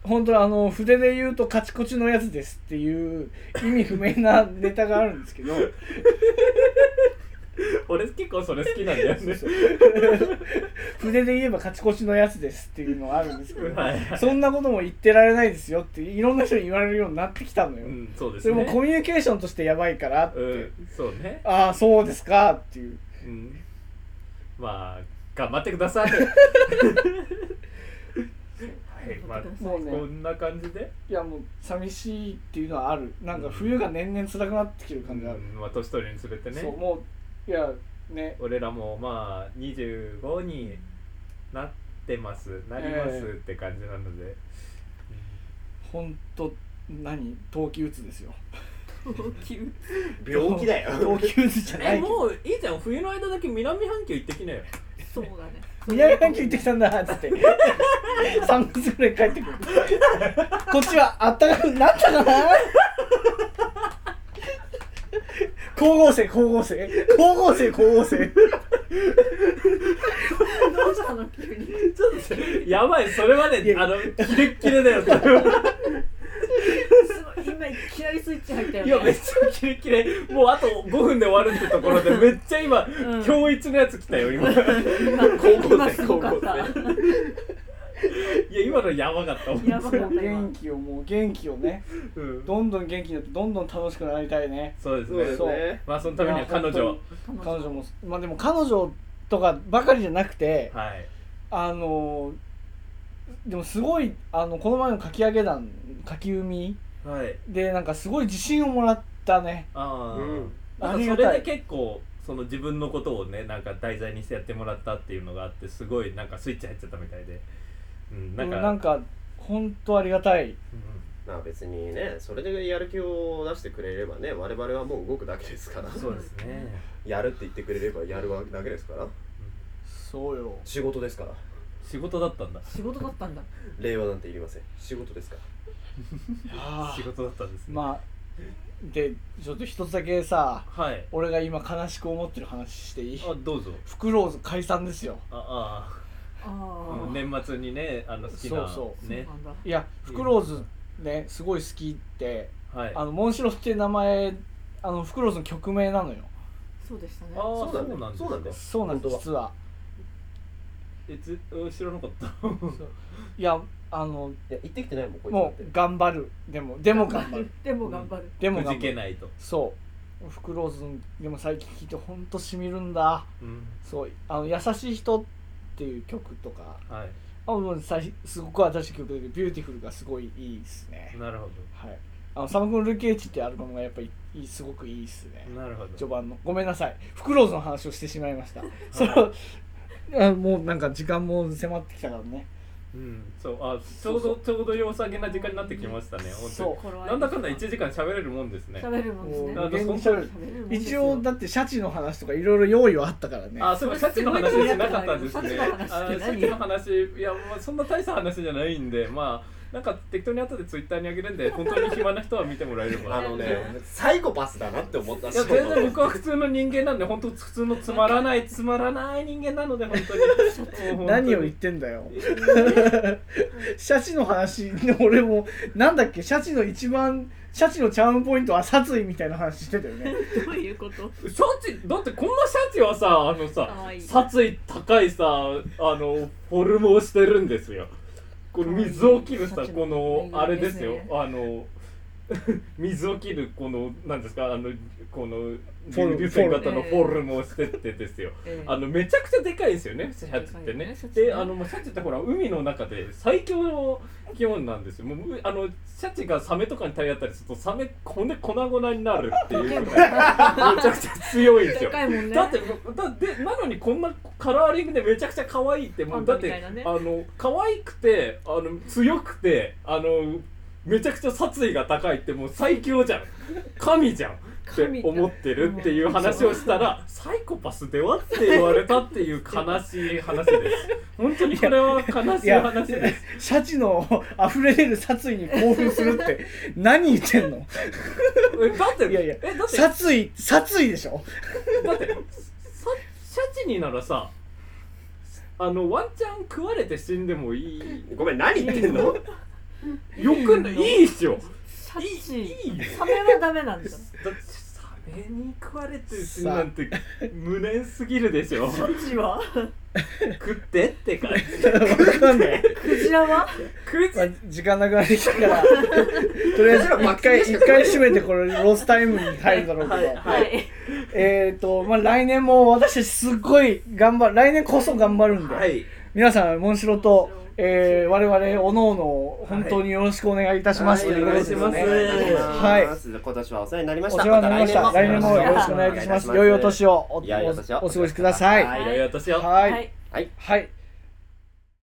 Speaker 5: う本当あの筆で言うと「カチコチのやつです」っていう意味不明なネタがあるんですけど
Speaker 4: 俺結構それ好きなんだよね
Speaker 5: 筆で言えば「カチコチのやつです」っていうのがあるんですけど
Speaker 4: はい
Speaker 5: そんなことも言ってられないですよっていろんな人に言われるようになってきたの
Speaker 4: う
Speaker 5: よ、
Speaker 4: んそうで
Speaker 5: そ
Speaker 4: す
Speaker 5: れも
Speaker 4: ね
Speaker 5: コミュニケーションとしてやばいからって、
Speaker 4: うんそうね
Speaker 5: ああそうですかっていう
Speaker 4: うんまあ頑張ってくだ さい。はい
Speaker 2: い、
Speaker 4: まあ
Speaker 5: もうね
Speaker 4: こんな感じで、
Speaker 5: いやもう寂しいっていうのはあるなんか冬が年々辛くなってきてる感じがある、
Speaker 4: うんまあ年取りにつれて
Speaker 5: そう
Speaker 4: ね、
Speaker 5: もういやね
Speaker 4: 俺らもまあ25になってます、なりますって感じなので、
Speaker 5: ほんと何冬季うつですよ
Speaker 3: 病気 だよ
Speaker 5: 冬季うつじゃな
Speaker 4: え
Speaker 5: いけど
Speaker 4: もういいじゃん冬の間だけ南半球行ってきなよ。
Speaker 2: そうだ ね
Speaker 5: 南半球行ってきたんだっつって3月ぐらい帰ってくるこっちはあったかくなったかな光合成光合成光合成光合成
Speaker 2: どうしたの急に
Speaker 4: やばいそれまで
Speaker 5: いや
Speaker 4: あのキレッキレだよ。それは
Speaker 2: すごい今いきなりスイッチ入った よ
Speaker 4: い
Speaker 2: ね
Speaker 4: やめっちゃキレッキレ。もうあと5分で終わるってところ でめっちゃ今、
Speaker 2: うん
Speaker 4: 今日一のやつ来たよ 今。
Speaker 2: 今すごかった
Speaker 4: いや今のやばかった。
Speaker 2: やばかった今
Speaker 5: 元気をもう元気をね
Speaker 4: うん
Speaker 5: どんどん元気になってどんどん楽しくなりたいね
Speaker 4: そうです
Speaker 3: そう
Speaker 4: ね
Speaker 3: で。す
Speaker 5: そう
Speaker 3: ね
Speaker 4: まあそのためには彼
Speaker 5: いや
Speaker 4: 女
Speaker 5: 本彼女もまあでも彼女とかばかりじゃなくて
Speaker 4: はい
Speaker 5: あのでもすごいあのこの前のかき上げ団かき海
Speaker 4: はい
Speaker 5: でなんかすごい自信をもらったね
Speaker 4: ああ、
Speaker 3: うん
Speaker 4: な
Speaker 5: あ
Speaker 4: ん
Speaker 5: り
Speaker 4: かそ
Speaker 5: が
Speaker 4: れ
Speaker 5: た
Speaker 4: で
Speaker 5: い
Speaker 4: 結構その自分のことをねなんか題材にしてやってもらったっていうのがあってすごいなんかスイッチ入っちゃったみたいで、うん、
Speaker 5: な
Speaker 4: なんんか、
Speaker 5: なんか本当ありがたい
Speaker 4: うん
Speaker 3: まあ別にねそれでやる気を出してくれればね我々はもう動くだけですから
Speaker 4: そうですね、
Speaker 3: やるって言ってくれればやるわけだけですから
Speaker 4: うん
Speaker 5: そうよ
Speaker 3: 仕事ですから
Speaker 4: 仕事だったんだ
Speaker 2: 仕事だったんだ
Speaker 3: 令和なんていりません仕事ですから
Speaker 5: あ
Speaker 4: 仕事だったんですね、
Speaker 5: まあでちょっと一つだけさ
Speaker 4: はい
Speaker 5: 俺が今悲しく思ってる話していい
Speaker 4: あどうぞ
Speaker 5: フクローズ解散ですよ
Speaker 4: あ
Speaker 2: あ
Speaker 4: あ
Speaker 2: あ、
Speaker 4: ー、うん年末にねあの好きな
Speaker 5: そ
Speaker 2: そ
Speaker 5: う
Speaker 2: う
Speaker 4: ね
Speaker 2: なんだ
Speaker 5: いやフクローズねすごい好きって
Speaker 4: はい
Speaker 5: あのモンシロっていう名前あのフクローズの曲名なのよ
Speaker 2: そうでしたね
Speaker 4: あー
Speaker 3: そうなんだ
Speaker 4: そうなんです
Speaker 3: そうなんだよ
Speaker 5: そうなんです
Speaker 3: 本
Speaker 5: 実は
Speaker 4: えつうん知らなかった
Speaker 5: いやあの
Speaker 3: いや行ってきてないもんこいつだっ
Speaker 5: も
Speaker 3: て
Speaker 5: う頑張るでもでも頑張る
Speaker 2: でも頑張る、
Speaker 5: でも
Speaker 4: く
Speaker 5: 頑
Speaker 4: じ
Speaker 5: 張
Speaker 4: け
Speaker 5: る
Speaker 4: ないと、
Speaker 5: そうフクローズのでも最近聞いてほんとしみるんだ
Speaker 4: うん
Speaker 5: そうあの「優しい人」っていう曲とか
Speaker 4: は
Speaker 5: あもう最すごく私曲で「ビューティフル」がすごいいいですね
Speaker 4: いなるほ
Speaker 5: はいあのサム君ルケーチっていうアルバムがやっぱりいいすごくいいですね
Speaker 4: どなるほど
Speaker 5: 序盤のごめんなさいフクローズの話をしてしまいましたそれあもうなんか時間も迫ってきたからね
Speaker 4: うん、そうあちょうどちょうど良さげな時間になってきましたね本当
Speaker 5: そう
Speaker 4: になんだかんだ1時間喋れるもんですね
Speaker 2: 喋るもんですね
Speaker 5: も
Speaker 4: ね
Speaker 5: う無限に
Speaker 4: そん
Speaker 5: 喋る
Speaker 2: 喋るもんです
Speaker 5: 一
Speaker 2: よ
Speaker 5: 応だってシャチの話とかいろいろ用意はあったからね
Speaker 4: あそういえばシャチの話しなかったんですね
Speaker 2: シャチの話って
Speaker 4: あ
Speaker 2: 何
Speaker 4: シャチの話いや、まあ、そんな大した話じゃないんでまあなんか適当に後でツイッターにあげるんで本当に暇な人は見てもらえれば
Speaker 3: あのねサイコパスだなって思った
Speaker 4: いや全然僕は普通の人間なんで本当普通のつまらないつまらない人間なので本当に もう本当に
Speaker 5: 何を言ってんだよシャチの話の俺もなんだっけシャチの一番シャチのチャームポイントは殺意みたいな話してたよ ね
Speaker 2: どういうこと
Speaker 4: シャチだってこんなシャチはさあのさ
Speaker 2: 可愛い
Speaker 4: 殺意高いさあのフォルムをしてるんですよこの水を切るさ
Speaker 2: 可愛いシャチの
Speaker 4: このあれですよ
Speaker 2: ぬいぐ
Speaker 4: あの 水を切るこのなんですかあのこの
Speaker 5: フォル
Speaker 4: 流線型のフォルムをしてってですよ
Speaker 2: ええ
Speaker 4: あのめちゃくちゃでかいですよねシャツって
Speaker 2: でかい
Speaker 4: ね
Speaker 2: ねシャツね
Speaker 4: であのもうシャツってほら海の中で最強の生き物なんですよもううあのシャチがサメとかに体当たりするとサメ骨粉々になるっていうぐらいめちゃくちゃ強い です
Speaker 2: で
Speaker 4: よ
Speaker 2: かいもんね
Speaker 4: だってだでなのにこんなカラーリングでめちゃくちゃ可愛いってもうだ
Speaker 2: パン
Speaker 4: っ
Speaker 2: ダみた
Speaker 4: て、
Speaker 2: いなね
Speaker 4: あの可愛くてあの強くてあのめちゃくちゃ殺意が高いってもう最強じゃん神じゃんって思ってるっていう話をしたらサイコパスではって言われたっていう悲しい話です本当にこれは悲しい話です
Speaker 5: シャチの溢れ出る殺意に興奮するって何言ってんの
Speaker 4: えだって
Speaker 5: いやいや
Speaker 4: えだって
Speaker 5: 殺意殺意でしょ
Speaker 4: だってさシャチにならさあのワンチャン食われて死んでもいい
Speaker 3: ごめん何言ってんの
Speaker 4: よくないいいっすよ
Speaker 2: シャ
Speaker 4: い
Speaker 2: チ
Speaker 4: いよ
Speaker 2: サメはダメなんだよ
Speaker 4: だってサメに食われてるなんて無念すぎるでしょ
Speaker 2: シャチは
Speaker 4: 食ってって感じ
Speaker 5: わか んない
Speaker 2: クジラは
Speaker 4: 食
Speaker 5: まあ
Speaker 4: っ、
Speaker 5: 時間なくなってきた からとりあえず一回一回締めてこれロスタイムに入るだろうけど、
Speaker 2: はい
Speaker 5: えっ、ー、とまあ来年も私たちすっごい頑張る来年こそ頑張るんで、
Speaker 4: はい
Speaker 5: 皆さんモンシロと、えー、我々おのおの本当によろしくお願いいたします、
Speaker 3: はい
Speaker 5: ということですね
Speaker 4: お願いします
Speaker 5: はい
Speaker 3: 今年はお世話になりまし
Speaker 5: お
Speaker 3: た
Speaker 5: 世話になりました。
Speaker 3: ま
Speaker 5: 来年もよろしくお
Speaker 3: た
Speaker 5: 願いいたします。良いお年をお
Speaker 3: いやいやお年を
Speaker 5: お過ごしください。
Speaker 3: は
Speaker 5: はいい。
Speaker 4: いやいや私は
Speaker 5: は。
Speaker 2: はいい
Speaker 3: はい
Speaker 5: はい。